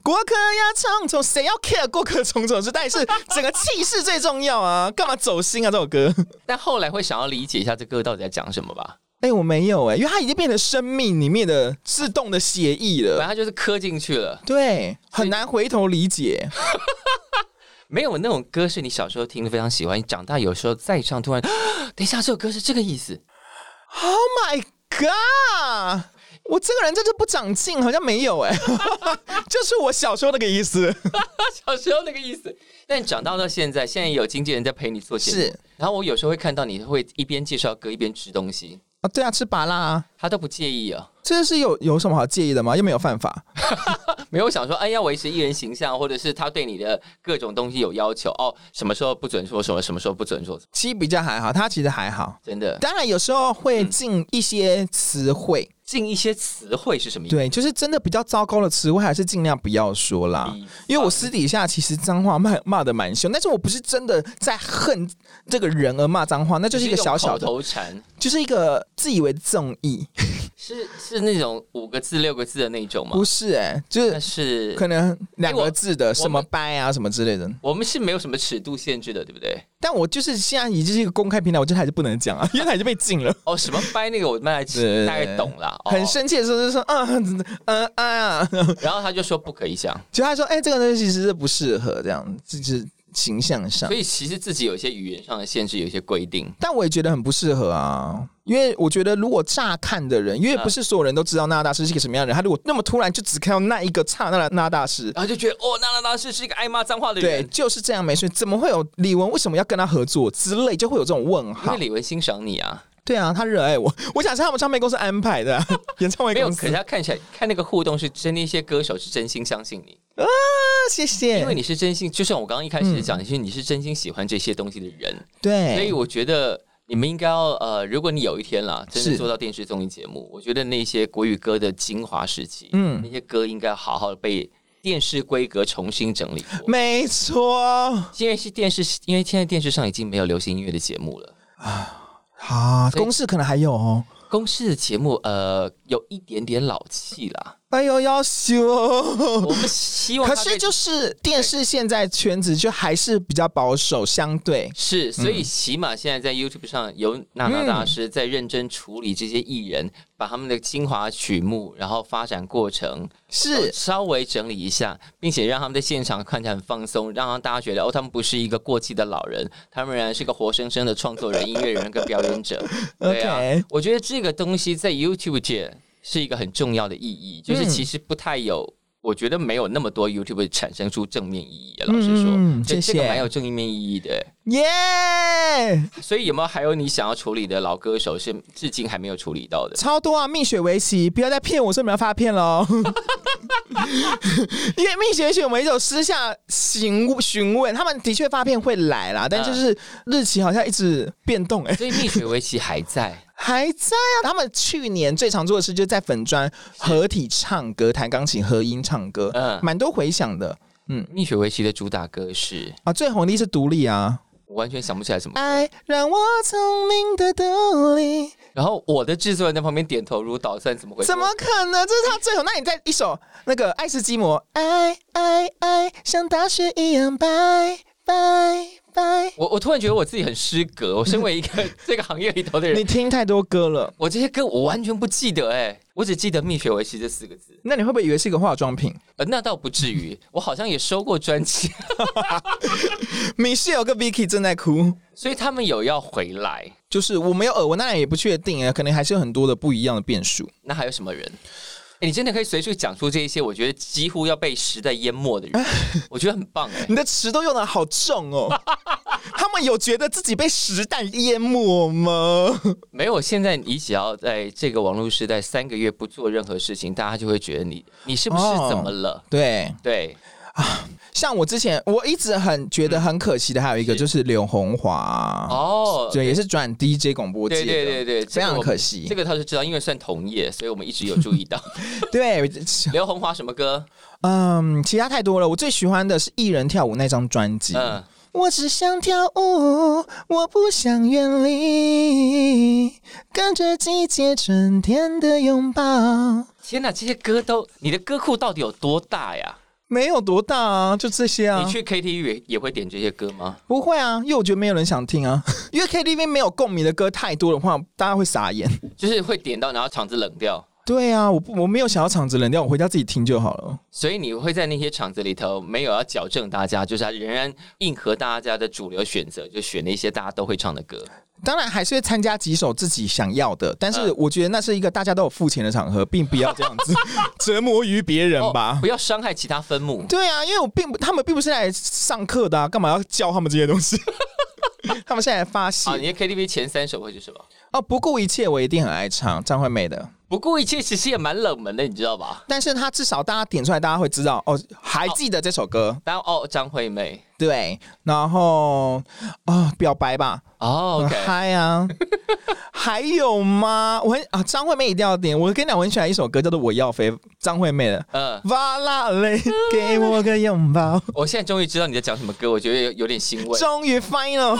过客呀，苍穹，谁要 care 过客重重？是，但是整个气势最重要啊！干嘛走心啊？这
[LAUGHS]
首歌，
但后来会想要理解一下这歌到底在讲什么吧？
哎、我没有哎、因为它已经变成生命里面的自动的协议
反
了
正，它就是磕进去了，
对，很难回头理解。
没有那种歌是你小时候听的非常喜欢，你长大有时候再唱，突然， [GASPS] 等一下，这首歌是这个意思。
Oh my god！我这个人就是不长进，好像没有哎、 [LAUGHS] 就是我小时候那个意思。
小时候那个意思。但长大到现在，现在有经纪人在陪你做节目，
是。
然后我有时候会看到你会一边介绍歌一边吃东西，
啊，对啊，吃拔辣啊，
他都不介意啊。 [LAUGHS]
这是有有什么好介意的吗？又没有犯法。
没有想说，哎，要维持艺人形象，或者是他对你的各种东西有要求哦，什么时候不准说什么，什么时候不准说什么，
其实比较还好，他其实还好。
真的
当然有时候会进一些词汇，
进一些词汇是什么意思？
对，就是真的比较糟糕的词汇，还是尽量不要说啦
比方。
因为我私底下其实脏话骂骂的蛮凶，但是我不是真的在恨这个人而骂脏话，那就是一个小小
是用，
的
口头禅，
就是一个自以为正义，
是是那种五个字、六个字的那种吗
不？是哎、就
但
是
是
可能两
因为
个
我
字的什么掰啊什么之类的。
我们是没有什么尺度限制的，对不对？
但我就是现在已经是一个公开平台，我觉得还是不能
[LAUGHS]
讲啊，因为它已经被禁了。
哦，什么掰那个我大概
对对对
大概懂啦，哦
很。生气的时候就说，嗯嗯啊，
然后他就说不可以讲，
就他说，哎、这个东西其实是不适合这样，就是形象上
所。以其实自己有一些语言上的限制，有一些规定。
但我也觉得很不适合啊，因为我觉得如果乍看的人，因为不是所有人都知道那大师是一个什么样的人，他如果那么突然就只看到那一个刹那的那大师，
然后就觉得哦，那那那是是一个爱骂脏话的
对，
人，
就是这样没事，怎么会有李玟为什么要跟他合作之类，就会有这种问
因
号
为。李玟欣赏你啊，
对啊，他热爱我， [LAUGHS] 我想是他们唱片公司安排的啊、
[LAUGHS]
演唱会
没有，
公
可
司
是他看起来看那个互动是真的，一些歌手是真心相信你，
啊，谢谢，
因为你是真心，就像我刚刚一开
嗯
始讲，其实你是真心喜欢这些东西的人，所以
对，
我觉得。你们应该要呃，如果你有一天啦，真的
是
做到电视综艺节目，我觉得那些国语歌的精华时期，
嗯
那些歌应该好好被电视规格重新整理过。
没错。
因为是电视，因为现在电视上已经没有流行音乐的节目了。
啊，
所以
公式可能还有哦。
公式的节目，呃，有一点点老气啦。
哎呦，要
我
修。
们希望
哦可
它可
是
以
就是电视现在圈子就还是比较保守，相对
是，所以起码现在在 YouTube 上有娜娜大师在认真处理这些艺人，把他们的精华曲目，然后发展过程
是
稍微整理一下，并且让他们在现场看起来很放松，让大家觉得哦，他们不是一个过气的老人，他们仍然是个活生生的创作人、音乐人跟表演
[LAUGHS]
者。对啊
OK
我觉得这个东西在 YouTube 界是一个很重要的意义，就是
嗯
其实不太有。我觉得没有那么多 YouTube 产生出正面意义，老实说，
嗯
这
谢
这个
谢
蛮有正面意义的。
耶。
所以有没有还有你想要处理的老歌手是至今还没有处理到的？
超多啊！蜜雪维奇，不要再骗我说你们要发片喽。因为蜜雪维奇，我们也有私下询询问，他们的确发片会来啦，但就是日期好像一直变动哎、
所以蜜雪维奇还在，
还在啊！他们去年最常做的事就是在粉砖合体唱歌，弹钢琴合音唱歌，
嗯
蛮多回响的
蜜雪维奇的主打歌是
啊。最红的一是独立啊，
我完全想不起来什么歌。
爱让我聪明的道理，
然后我的制作人在旁边点头如捣蒜，怎么回事？
怎么可能？这是他最红。那你再一首那个《爱是寂寞》，爱爱爱像大雪一样白白白。
我我突然觉得我自己很失格。我身为一个 [LAUGHS] 这个行业里头的
你
人，
听太多歌了，
我这些歌我完全不记得哎、我只记得蜜雪维奇这四个字。
那你会不会以为是一个化妆品？
呃，那倒不至于，我好像也收过专辑， [LAUGHS]
米歇尔跟 Vicky 正在哭。
所以他们有要回来。
就是我没有耳闻，当然也不确定啊，可能还是有很多的不一样的变数。
那还有什么人？哎，你真的可以随处讲出这一些，我觉得几乎要被时代淹没
[LAUGHS]
的人，我觉得很棒哎、
你的词都用的好重哦， [LAUGHS] 他们有觉得自己被时代淹没吗？
没有，现在你只要在这个网络时代三个月不做任何事情，大家就会觉得你你是不是
哦
怎么了？
对，
对，
像我之前我一直很觉得很可惜的，还有一个
是
就是刘红华，
哦，
对，也是转 DJ 广播界
对
的，
对对对，
非
这个
常
我
可惜
这。个他就知道，因为算同业，所以我们一直有注意到
对， [LAUGHS]
刘红华什么歌，
嗯，其他太多了。我最喜欢的是艺人跳舞那张专辑。
嗯，
我只想跳舞，我不想远离，跟着季节春天的拥抱。
天哪，这些歌都，你的歌库到底有多大呀？
没有多大啊，就这些啊
你。去 KTV 也也会点这些歌吗？
不会啊，因为我觉得没有人想听啊， [LAUGHS] 因为 KTV 没有共鸣的歌太多的话，大家会傻眼。
就是会点到，然后场子冷掉，
对啊，我不我没有想要场子冷掉，我回家自己听就好了。
所以你会在那些场子里头没有要矫正大家，就是它仍然应和大家的主流选择，就选了一些大家都会唱的歌。
当然还是会参加几首自己想要的，但是
嗯
我觉得那是一个大家都有付钱的场合，并不要
[LAUGHS]
这样子折磨于别人吧。
哦不要伤害其他分母。
对啊，因为我并不，他们并不是来上课的、啊，干嘛要教他们这些
[LAUGHS]
东西？他们是来发泄
啊好，你的 KTV 前三首会是什么？
哦，不顾一切，我一定很爱唱张惠妹的，
不顾一切其实也蛮冷门的，你知道吧？
但是她至少大家点出来，大家会知道哦，还记得这首歌，
当然哦，张惠妹
对，然后啊、表白吧，
哦
很
，OK，
嗨啊！还有吗？我很啊，张惠妹一定要点。我跟你讲，我很喜欢一首歌叫做《我要飞》，张惠妹的
嗯、
《瓦
[LAUGHS]
拉蕾》，给我个拥抱。
我现在终于知道你在讲什么歌，我觉得有有点欣慰。
终于 final，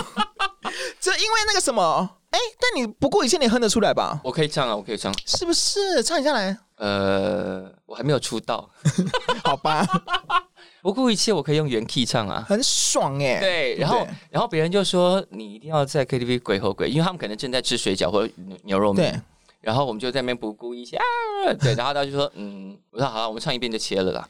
这因为那个什么，哎、但你不过以前你哼得出来吧？
我可以唱啊，我可以唱。
是不是？唱一下来，
呃，我还没有出道，
好吧，
不顾一切我可以用原 key 唱啊。
很爽
[LAUGHS]
哎、
对，然后然后别人就说你一定要在 KTV 鬼吼鬼，因为他们可能正在吃水饺或者牛牛肉面
对，
然后我们就在那边不顾一切啊，对，然后他就说嗯，我说好了，我们唱一遍就切了啦，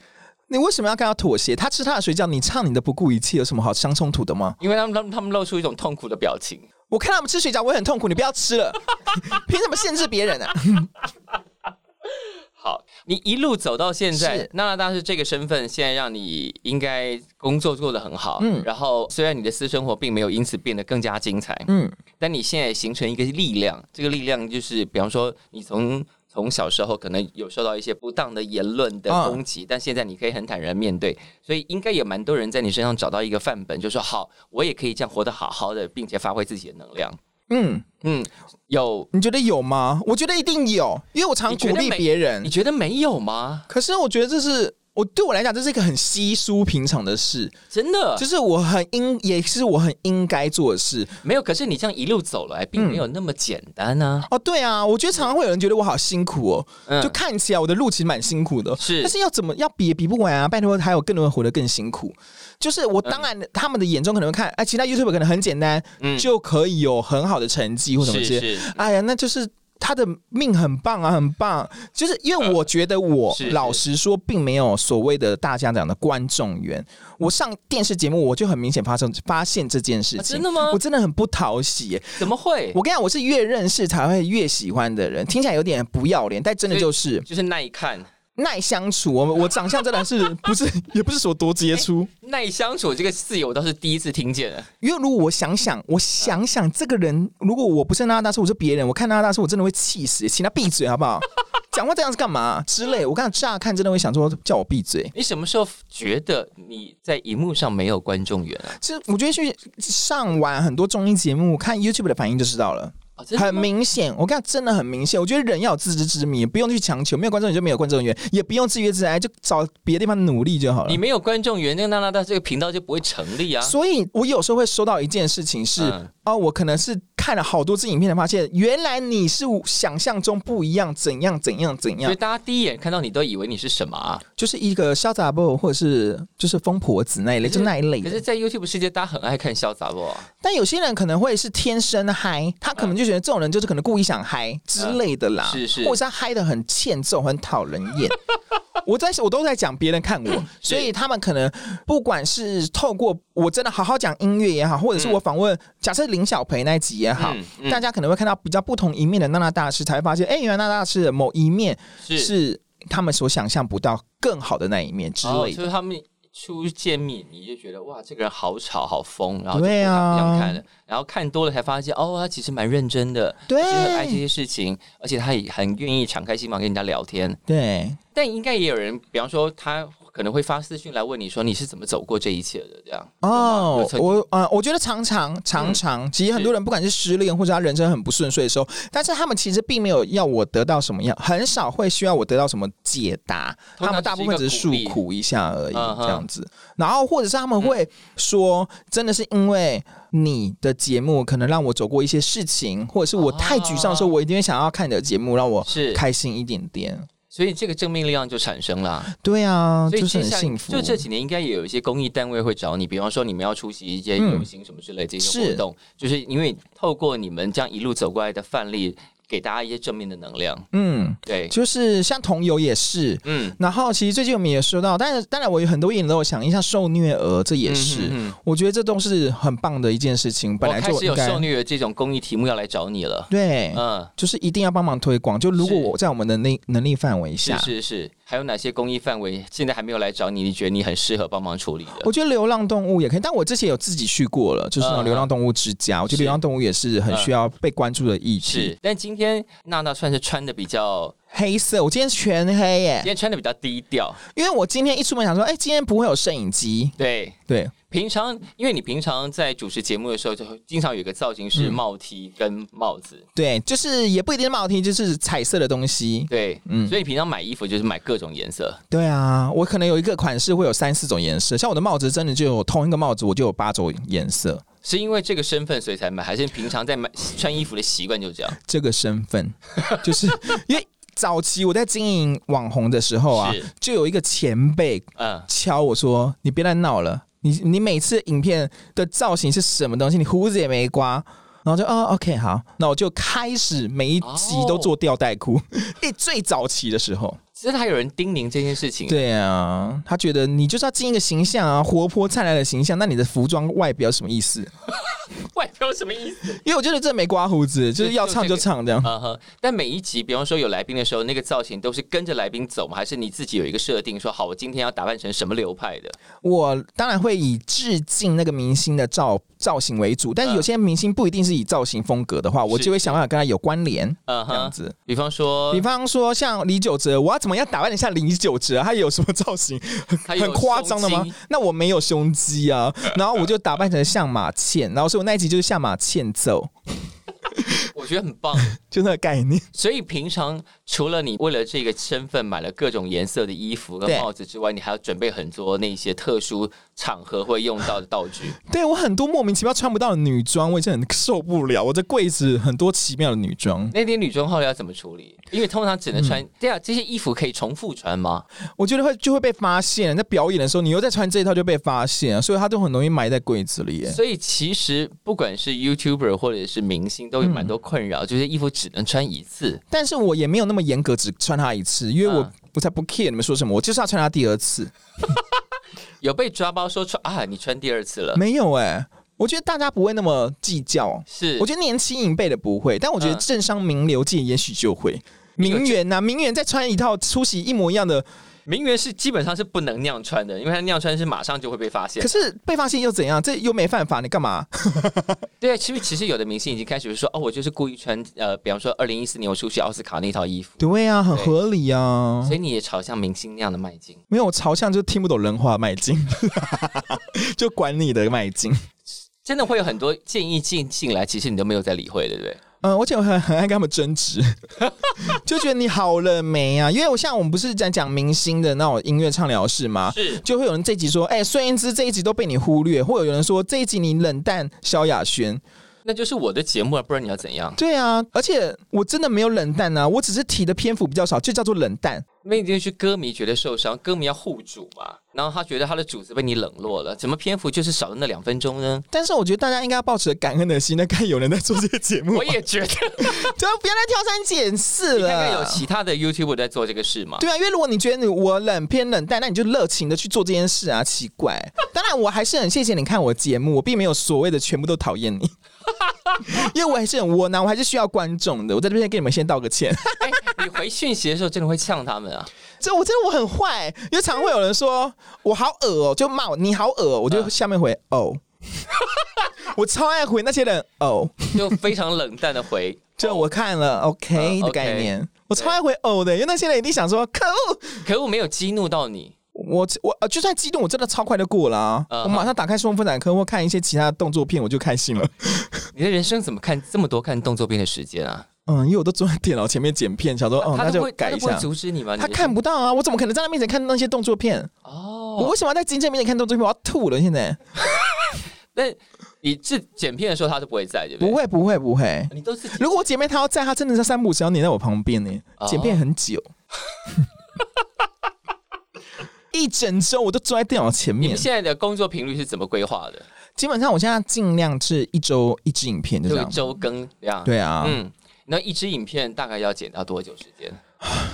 你为什么要跟他妥协？他吃他的水饺，你唱你的不顾一切，有什么好相冲突的吗？
因为他们他们他们露出一种痛苦的表情。
我看他们吃水饺，我也很痛苦，你不要吃了， [LAUGHS] 凭什么限制别人啊？
好，你一路走到现在
是，
娜娜大师这个身份，现在让你应该工作做得很好，嗯
嗯，
然后虽然你的私生活并没有因此变得更加精彩，
嗯，
但你现在形成一个力量，这个力量就是，比方说你从从小时候可能有受到一些不当的言论的
嗯
攻击，但现在你可以很坦然面对，所以应该也蛮多人在你身上找到一个范本，就说好，我也可以这样活得好好的，并且发挥自己的能量。
嗯，
嗯，有，
你觉得有吗？我觉得一定有，因为我常
你觉得
鼓励
每
别
你
人。
觉得没有吗？
可是我觉得这是我对我来讲，这是一个很稀疏平常的事，
真的
就是我很应，也是我很应该做的事。
没有。可是你这样一路走来，
嗯
并没有那么简单啊。
哦，对啊，我觉得常常会有人觉得我好辛苦哦，
嗯，
就看起来我的路其实蛮辛苦的，
是
但是要怎么要比也比不完啊！拜托，还有更多人活得更辛苦。就是我当然，他们的眼中可能会看，哎，其他 YouTube 可能很简单，
嗯
就可以有很好的成绩或什么之类。
是是
哎呀，那就是他的命很棒啊，很棒。就是因为我觉得我、
嗯是是
老实说，并没有所谓的大家讲的观众缘。我上电视节目，我就很明显发生发现这件事
啊
情。
真的吗
我真的很不讨喜耶、
怎么会？
我跟你讲，我是越认识才会越喜欢的人，听起来有点不要脸，但真的就是
就是耐看、
耐相处。我我长相真的是不是也不是说多杰出，
耐相处这个字眼，我倒是第一次听见。啊
因为如果我想想，我想想这个人，如果我不是那大师，我是别人，我看那大师，我真的会气死，请他闭嘴好不 [LAUGHS] 好？讲话这样子干嘛之类？我刚乍看真的会想说叫我闭嘴。
你什么时候觉得你在荧幕上没有观众缘啊？
这我觉得去上完很多综艺节目，看 YouTube 的反应就知道了。
啊真的吗
很明显，我跟你讲，真的很明显。我觉得人要有自知之明，不用去强求，没有观众缘就没有观众缘，也不用自怨自艾，就找别的地方努力就好了
你。没有观众缘，那个娜娜大这个频道就不会成立啊。
所以，我有时候会收到一件事情是，
嗯
哦，我可能是看了好多支影片，才发现原来你是想象中不一样，怎样怎样怎
所
样
以，大家第一眼看到你都以为你是什么啊？
就是一个潇洒 boy 或者是就是疯婆子那一类，
可是
就那一类
可
的
是，在 YouTube 世界，大家很爱看潇洒不？
但有些人可能会是天生嗨，他可能就觉得这种人就是可能故意想嗨之类的啦，
嗯是是
或者是他嗨的很欠揍，很讨人厌。 [LAUGHS] 我在我都在讲别人看我，
嗯
所以他们可能不管是透过我真的好好讲音乐也好，或者是我访问，假设林小培那一集也好，
嗯嗯
大家可能会看到比较不同一面的娜娜大师，才会发现，哎、原来娜娜大师的某一面
是
是他们所想象不到更好的那一面之
哦，
类
就
的。
是他们初见面，你就觉得哇，这个人好吵好疯，然后就不
对啊
想不想看了。然后看多了才发现，哦，他其实蛮认真的，
对
其实很爱这些事情，而且他也很愿意敞开心房跟人家聊天。
对，
但应该也有人，比方说他可能会发私讯来问你说你是怎么走过这一切的，这样有吗有
哦，
曾经嗯
我啊、我觉得常常常常，其实很多人不管是失恋或者他人生很不顺遂的时候，但是他们其实并没有要我得到什么样，很少会需要我得到什么解答，
通常
他们大部分只是
就是一
诉
个
苦一下而已，
嗯哼嗯
这样子。然后或者是他们会说，真的是因为你的节目可能让我走过一些事情，或者是我太沮丧的时候，
啊
我一定会想要看你的节目，让我
是，
开心一点点。
所以这个正面力量就产生了。
对啊，
所以
就是
接
很
下来
幸福。
就这几年应该也有一些公益单位会找你，比方说你们要出席一些
嗯
游行什么之类这些
是
活动，就是因为透过你们这样一路走过来的范例，给大家一些正面的能量。
嗯，
对，
就是像同游也是，
嗯，
然后其实最近我们也说到，但是当然我有很多艺人都有响应，像受虐儿这也
嗯
是，
嗯嗯
我觉得这都是很棒的一件事情。本来
我开
就
始
应
有
该哎
受虐的这种公益题目要来找你了。
对，
嗯，
就是一定要帮忙推广。就如果
是
我在我们的能力能力范围
是
下，
是是，还有哪些公益范围现在还没有来找你？你觉得你很适合帮忙处理的？
我觉得流浪动物也可以。但我之前有自己去过了，就是那种
嗯
流浪动物之家，我觉
是
得流浪动物也是很需要被关注的议题。
是，但今天娜娜算是穿的比较，
黑色，我今天全黑
今
耶，
天穿的比较低调。
因为我今天一出门想说，哎、今天不会有摄影机，
对，
对，
平常因为你平常在主持节目的时候，就会经常有一个造型是
嗯
帽 T 跟帽子。
对，就是也不一定是帽 T，就是彩色的东西。
对，
嗯
所以平常买衣服就是买各种颜色，
对啊，我可能有一个款式会有三四种颜色，像我的帽子真的就有同一个帽子我就有八种颜色，
是因为这个身份所以才买，还是平常在买穿衣服的习惯就这样？
这个身份 [LAUGHS] 就是因为早期我在经营网红的时候啊
是，
就有一个前辈
嗯，
敲我说：“你别再闹了，你你每次影片的造型是什么东西？你胡子也没刮。”然后就哦，OK，好，那我就开始每一集都做吊带裤， [LAUGHS] 一最早期的时候，
其实还有人叮咛这件事情， [LAUGHS]
对啊，他觉得你就是要进一个形象啊，活泼灿烂的形象，那你的服装外表有什么意思？
外表什么意思？
因为我觉得这没刮胡子，就是要唱就唱
[LAUGHS]
这样。
嗯哼，但每一集，比方说有来宾的时候，那个造型都是跟着来宾走吗？还是你自己有一个设定，说好我今天要打扮成什么流派的？
我当然会以致敬那个明星的造造型为主，
嗯
但是有些明星不一定是以造型风格的话，我就会想办法跟他有关联。
嗯
这样
哼，
子，
比方说
比方说像李玖哲，我要怎么样打扮一下李玖哲？啊他有什么造型
[LAUGHS] 他有
很夸张的吗
胸肌？
那我没有胸
[LAUGHS]
肌啊，然后我就打扮成像马倩，然后所以我那一集就是像马倩走，
我觉得很棒。
就那个概念。
所以平常除了你为了这个身份买了各种颜色的衣服跟
对
帽子之外，你还要准备很多那些特殊场合会用到的道
[LAUGHS]
具。
对我很多莫名其妙穿不到的女装，我已经很受不了。我的柜子很多奇妙的女装，
那天女装后来要怎么处理？因为通常只能穿，
嗯
对啊，这些衣服可以重复穿吗？
我觉得会就会被发现。在表演的时候，你又在穿这一套就被发现，所以它都很容易埋在柜子里耶。
所以其实不管是 YouTuber 或者是明星，都有蛮多困
嗯
扰，就是衣服只能穿一次。
但是我也没有那么严格，只穿它一次，因为我、
嗯
我才不 care 你们说什么，我就是要穿它第二次。
有被抓包说穿啊，你穿第二次了，
没有哎、我觉得大家不会那么计较。
是
我觉得年轻一辈的不会，但我觉得
嗯
政商名流界也许就会。名媛呐、名媛再穿一套出席一模一样的，
名媛是基本上是不能那样穿的，因为她那样穿是马上就会被发现
可。是被发现又怎样？这又没犯法，你干嘛？
对啊，其实其实有的明星已经开始说哦，我就是故意穿呃，比方说二零一四年我出席奥斯卡那套衣服，
对啊，很
对
合理啊
所。以你也朝向明星那样的迈进。
没有我朝向就听不懂人话迈
[LAUGHS]
进，就管你的迈进。
真的会有很多建议进进来，其实你都没有在理会，对不对？
嗯，而且我很很爱跟他们
[LAUGHS]
争执，就觉得你好了没啊？因为我像我们不是在讲明星的那种音乐畅聊室吗？
是
就会有人这集说，哎、孙燕姿这一集都被你忽略，或者有人说这一集你冷淡萧亚轩。
那就是我的节目啊，不然你要怎样？
对啊，而且我真的没有冷淡啊，我只是提的篇幅比较少，就叫做冷淡。
那就是歌迷觉得受伤，歌迷要护主嘛，然后他觉得他的主子被你冷落了，怎么篇幅就是少了那两分钟呢？
但是我觉得大家应该要抱持感恩的心，那看有人在做这个节目，
我也觉得，
对啊，不要再挑三拣四
你
了。
看看有其他的 YouTube 在做这个事
[LAUGHS]
嘛？
对啊，因为如果你觉得你我冷偏冷淡，那你就热情的去做这件事啊，奇
[LAUGHS]
怪。当然，我还是很谢谢你看我节目，我并没有所谓的全部都讨
[LAUGHS]
厌你，因为我还是很窝囊，我还是需要观众的。我在这边给你们先道
[LAUGHS]
个歉，
哎、你回讯息的时候真的会呛他们啊？
这我真的我很坏，因为常会有人说我好恶哦、就骂我你好恶哦、我就
嗯
下面回
[LAUGHS]
哦。我超爱回那些人哦，
就非常冷淡的回，哦
就我看了 OK
嗯
的
，OK
概念，我超爱回哦的，因为那些人一定想说可恶，
可我没有激怒到你，
我我呃，就算激动，我真的超快就过了啊！
嗯
我马上打开《双风展科》或看一些其他的动作片，我就
[LAUGHS]
开心了。
你的人生怎么看这么多看动作片的时间啊？
嗯，因为我都坐在电脑前面剪片，想说哦，那
他都
就
不会
改
他
一
都不会
下。
阻止你吗？
他
你的
看不到啊，我怎么可能在他面前看那些动作片？我
哦，
为什么要在金正面前看动作片？我要吐了！现在
那你是剪片的时候他都不会在，对不对？
不，会，不会，不会。
你都是
如果我姐妹她要在，她真的是三不五时要黏在我旁边呢
哦，
剪片
[LAUGHS]
很久，一整周我都坐在电脑前
你
面
们。现在的工作频率是怎么规划的？
基本上我现在尽量是一周一支影片，就这
就一
样。
周更这样。
对啊，
嗯，那一支影片大概要剪到多久时
[SIGHS]
间？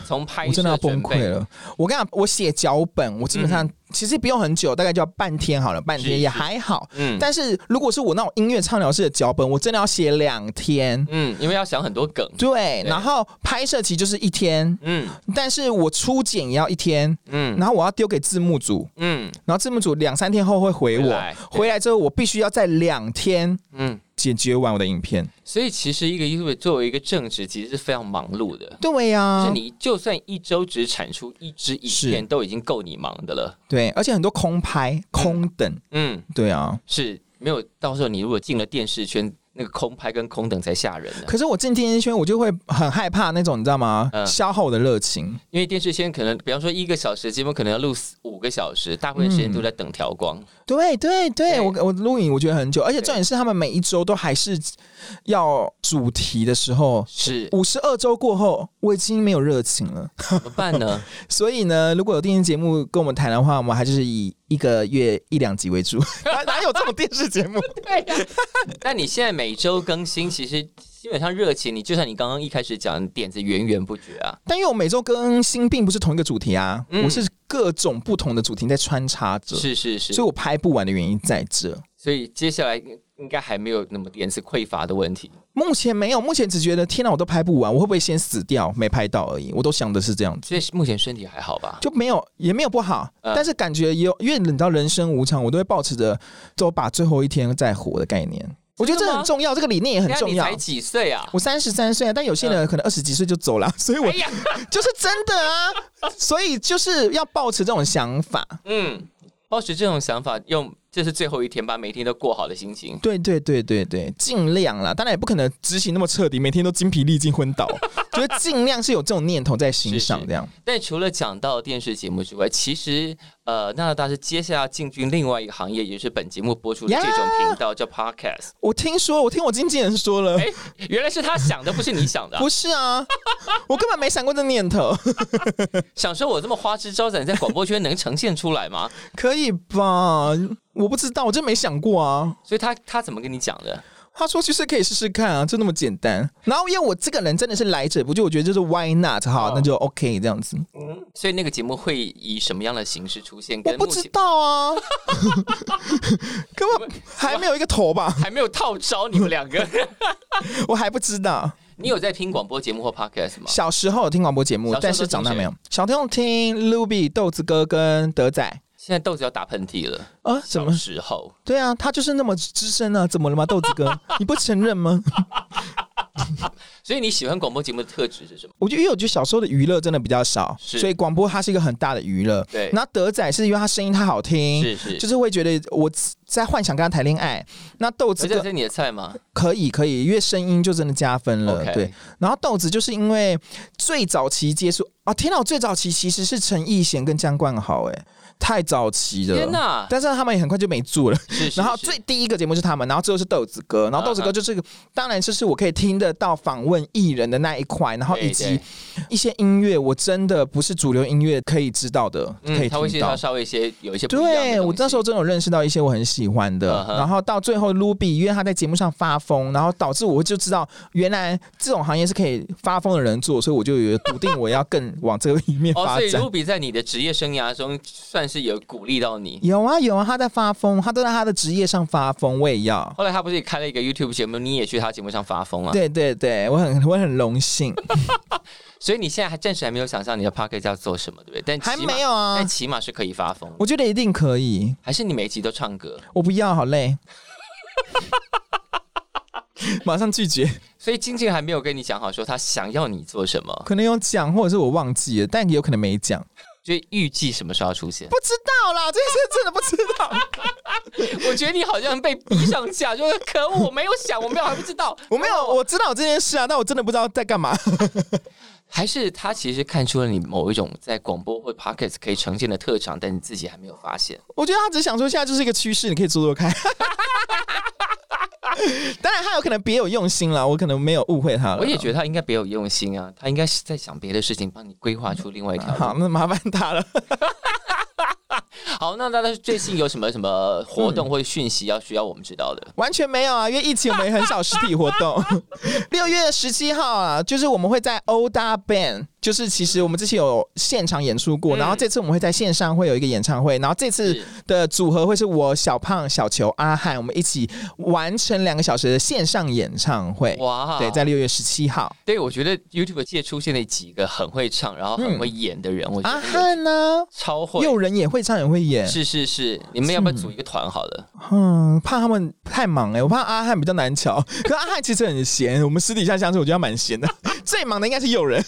从拍
我
摄
真的要崩
准
溃
备
了。我跟你讲，我写脚本，我基本上、其实不用很久，大概就要半天好了，半
嗯是
天也还好。
嗯
但是如果是我那种音乐畅聊式的脚本，我真的要写两天。
嗯，因为要想很多梗。
对，然后拍摄期就是一天，
嗯
但是我初剪也要一天，
嗯
然后我要丢给字幕组，
嗯
然后字幕组两三天后会回我，
回
回
来
来
对
之后我必须要在两天
嗯，
解决完我的影片。
所以其实一个 YouTube 作为一个正职，其实是非常忙碌的。
对啊呀、
就是你就算一周只产出一支影片，
嗯是
都已经够你忙的了。
对，而且很多空拍、空等，
嗯，
对啊。
是没有。到时候你如果进了电视圈，那个空拍跟空等才吓人啊呢、
可是我进电视圈，我就会很害怕那种，你知道吗？
嗯
消耗我的热情。
因为电视圈可能，比方说一个小时节目，可能要录四五个小时，大部分时间都在等调光。
嗯对对对，
对
我我录影我觉得很久，而且
对
重点是他们每一周都还是要主题的时候，
是
五十二周过后，我已经没有热情了。
怎么办呢？
所以呢，如果有电视节目跟我们谈的话，我们还就是以一个月一两集 [LAUGHS] 为主。哪哪有这种电视节目？
[LAUGHS] 那你现在每周更新，其实基本上热情，你就像你刚刚一开始讲，点子源源不绝啊。
但因为我每周更新并不是同一个主题啊，
嗯
我是各种不同的主题在穿插着，
是是是，
所以我拍不完的原因在这。
所以接下来应该还没有那么点子匮乏的问题。
目前没有，目前只觉得天哪，我都拍不完，我会不会先死掉？没拍到而已，我都想的是这样子，
所以目前身体还好吧？
就没有也没有不好，
嗯
但是感觉也有，因为你知道人生无常，我都会保持着都把最后一天再活的概念，我觉得
真的吗
这很重要，这个理念也很
等一下
重
你
要
才。几岁啊？
我三十三岁啊，但有些人可能二十几岁就走了，所以我
嗯哎呀，
[LAUGHS] 就是真的啊，所以就是要保持这种想法。
嗯，保持这种想法，用这是最后一天，把每一天都过好的心情。
对对对对对，尽量啦，当然也不可能执行那么彻底，每天都精疲力尽昏
[LAUGHS]
倒，就是尽量是有这种念头在
是
心
是
上这样。
但除了讲到电视节目之外，其实呃，娜娜大师接下来要进军另外一个行业，也是本节目播出的这种频道叫 Podcast。
我听说，我听我经纪人说了，
哎，原来是他想的，不是你想
[LAUGHS]
的啊、
不是啊，我根本没闪过这念头， [LAUGHS]
想说我这么花枝招展，在广播圈能呈现出来吗？
可以吧？我不知道，我真没想过啊。
所以他他怎么跟你讲的？
他说其实可以试试看啊，就那么简单。然后因为我这个人真的是来者不拒，我觉得就是 why not 哈
哦，
那就 OK 这样子。
所以那个节目会以什么样的形式出现？
我
跟
不
目
知
前 [LAUGHS]
道啊，根本还没有一个头吧，
还没有套招，你们两个， [LAUGHS]
我还不知道。
你有在听广播节目或 podcast 吗？
小时候有听广播节目
小时候，
但是长大没有。小听众听 Ruby 豆子哥跟德仔
现在豆子要打喷嚏了，
啊，什
小
么？
时候
对啊，他就是那么资深啊，怎么了吗？豆子
[LAUGHS]
哥，你不承认吗？
所以你喜欢广播节目的特质是什么？
我觉得，因为我觉得小时候的娱乐真的比较少，
是
所以广播它是一个很大的娱乐。
对
然后德仔是因为他声音太好听，
是是，
就是会觉得我在幻想跟他谈恋爱。那豆子
而且
哥
是你的菜吗
可以可以，因为声音就真的加分了。
？OK，
对，，然后豆子就是因为最早期接触啊，天哪，我最早期其实是陈奕贤跟江冠豪，哎，太早期了。
天哪，
但是他们也很快就没做了。
是是
然后
是
最第一个节目是他们，然后最后是豆子哥，然后豆子
啊哈
哥就是个，当然就是我可以听得到访问艺人的那一块，然后
对
以及
对
一些音乐，我真的不是主流音乐可以知道的，可
嗯，
以
他会
听
介
到
绍。稍微一些有一些不一样的东西
对我那时候真的有认识到一些我很喜欢的
啊哈
然后到最后 Ruby 因为他在节目上发疯，然后导致我就知道原来这种行业是可以发疯的人做，所以我就有笃定我要更往这个一面
哦，
发
所以
展。
Ruby 在你的职业生涯中算是有鼓励到你。
有啊有啊，他在发疯，他都在他的职业上发疯，我也要。
后来他不是也开了一个 YouTube 节目，你也去他节目上发疯啊？
对对对，我很我很
[LAUGHS]
荣幸，
所以你现在还暂时还没有想象你的 p o c k e t 要做什么，对不对？但
还
起码
没有啊
但起码是可以发疯。
我觉得一定可以。
还是你每一集都唱歌，
我不要，好
[LAUGHS]
累，马上拒绝。
所以静静还没有跟你讲好说他想要你做什么。
可能有讲，或者是我忘记了，但也有可能没讲。
就预计什么时候要出现？
不知道啦，这件事真的不知道。
[LAUGHS] 我觉得你好像被逼上架，就是可恶，我没有想，我没有还不知道，
我没有，我知道这件事啊，但我真的不知道在干嘛。
还是他其实看出了你某一种在广播或 p o c k e t 可以呈现的特长，但你自己还没有发现。
我觉得他只是想说，现在就是一个趋势，你可以做
[LAUGHS]
做看。当然，他有可能别有用心了，我可能没有误会他了。
我也觉得他应该别有用心啊，他应该是在想别的事情，帮你规划出另外一条
得
路。
好，那麻烦他了。
好，那大家最近有什么什么活
嗯
动或讯息要需要我们知道的？
完全没有啊，因为疫情我们也很少实体活
[LAUGHS]
动。六月十七号啊，就是我们会在欧大 Band，就是其实我们之前有现场演出过，
嗯
然后这次我们会在线上会有一个演唱会，然后这次
是
的组合会是我小胖、小球、阿汉，我们一起完成两个小时的线上演唱会。
哇
对，在六月十七号，
对我觉得 YouTube 界出现了几个很会唱，然后很
嗯
会演的人，我觉
阿
得真的
汉呢，
超会。
又人也会唱也会演，
是是是，你们要不要组一个团好了？
嗯，怕他们太忙哎、我怕阿汉比较难瞧，可阿汉其实很闲，我们私底下相处，我觉得他蛮闲的， [LAUGHS] 最忙的应该是友人。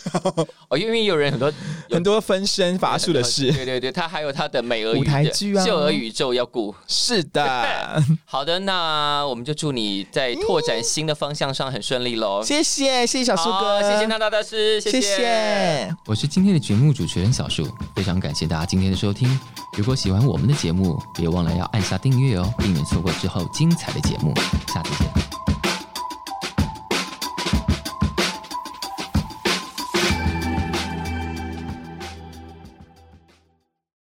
哦，因为有人很
[LAUGHS]
多有
很多分身乏术的
[LAUGHS]
事。
对对对，他还有他的美俄
舞
语
台
的
剧啊
秀俄宇宙要顾。
是的，
[LAUGHS] 好的，那我们就祝你在拓展新的方向上很顺利喽。
谢谢谢谢小树哥，
好谢谢，娜娜大师，谢
谢谢。
[LAUGHS] 我是今天的节目主持人小树，非常感谢大家今天的收听。如果喜欢我们的节目，别忘了要按下订阅哦，避免错过之后精彩的节目。下次见。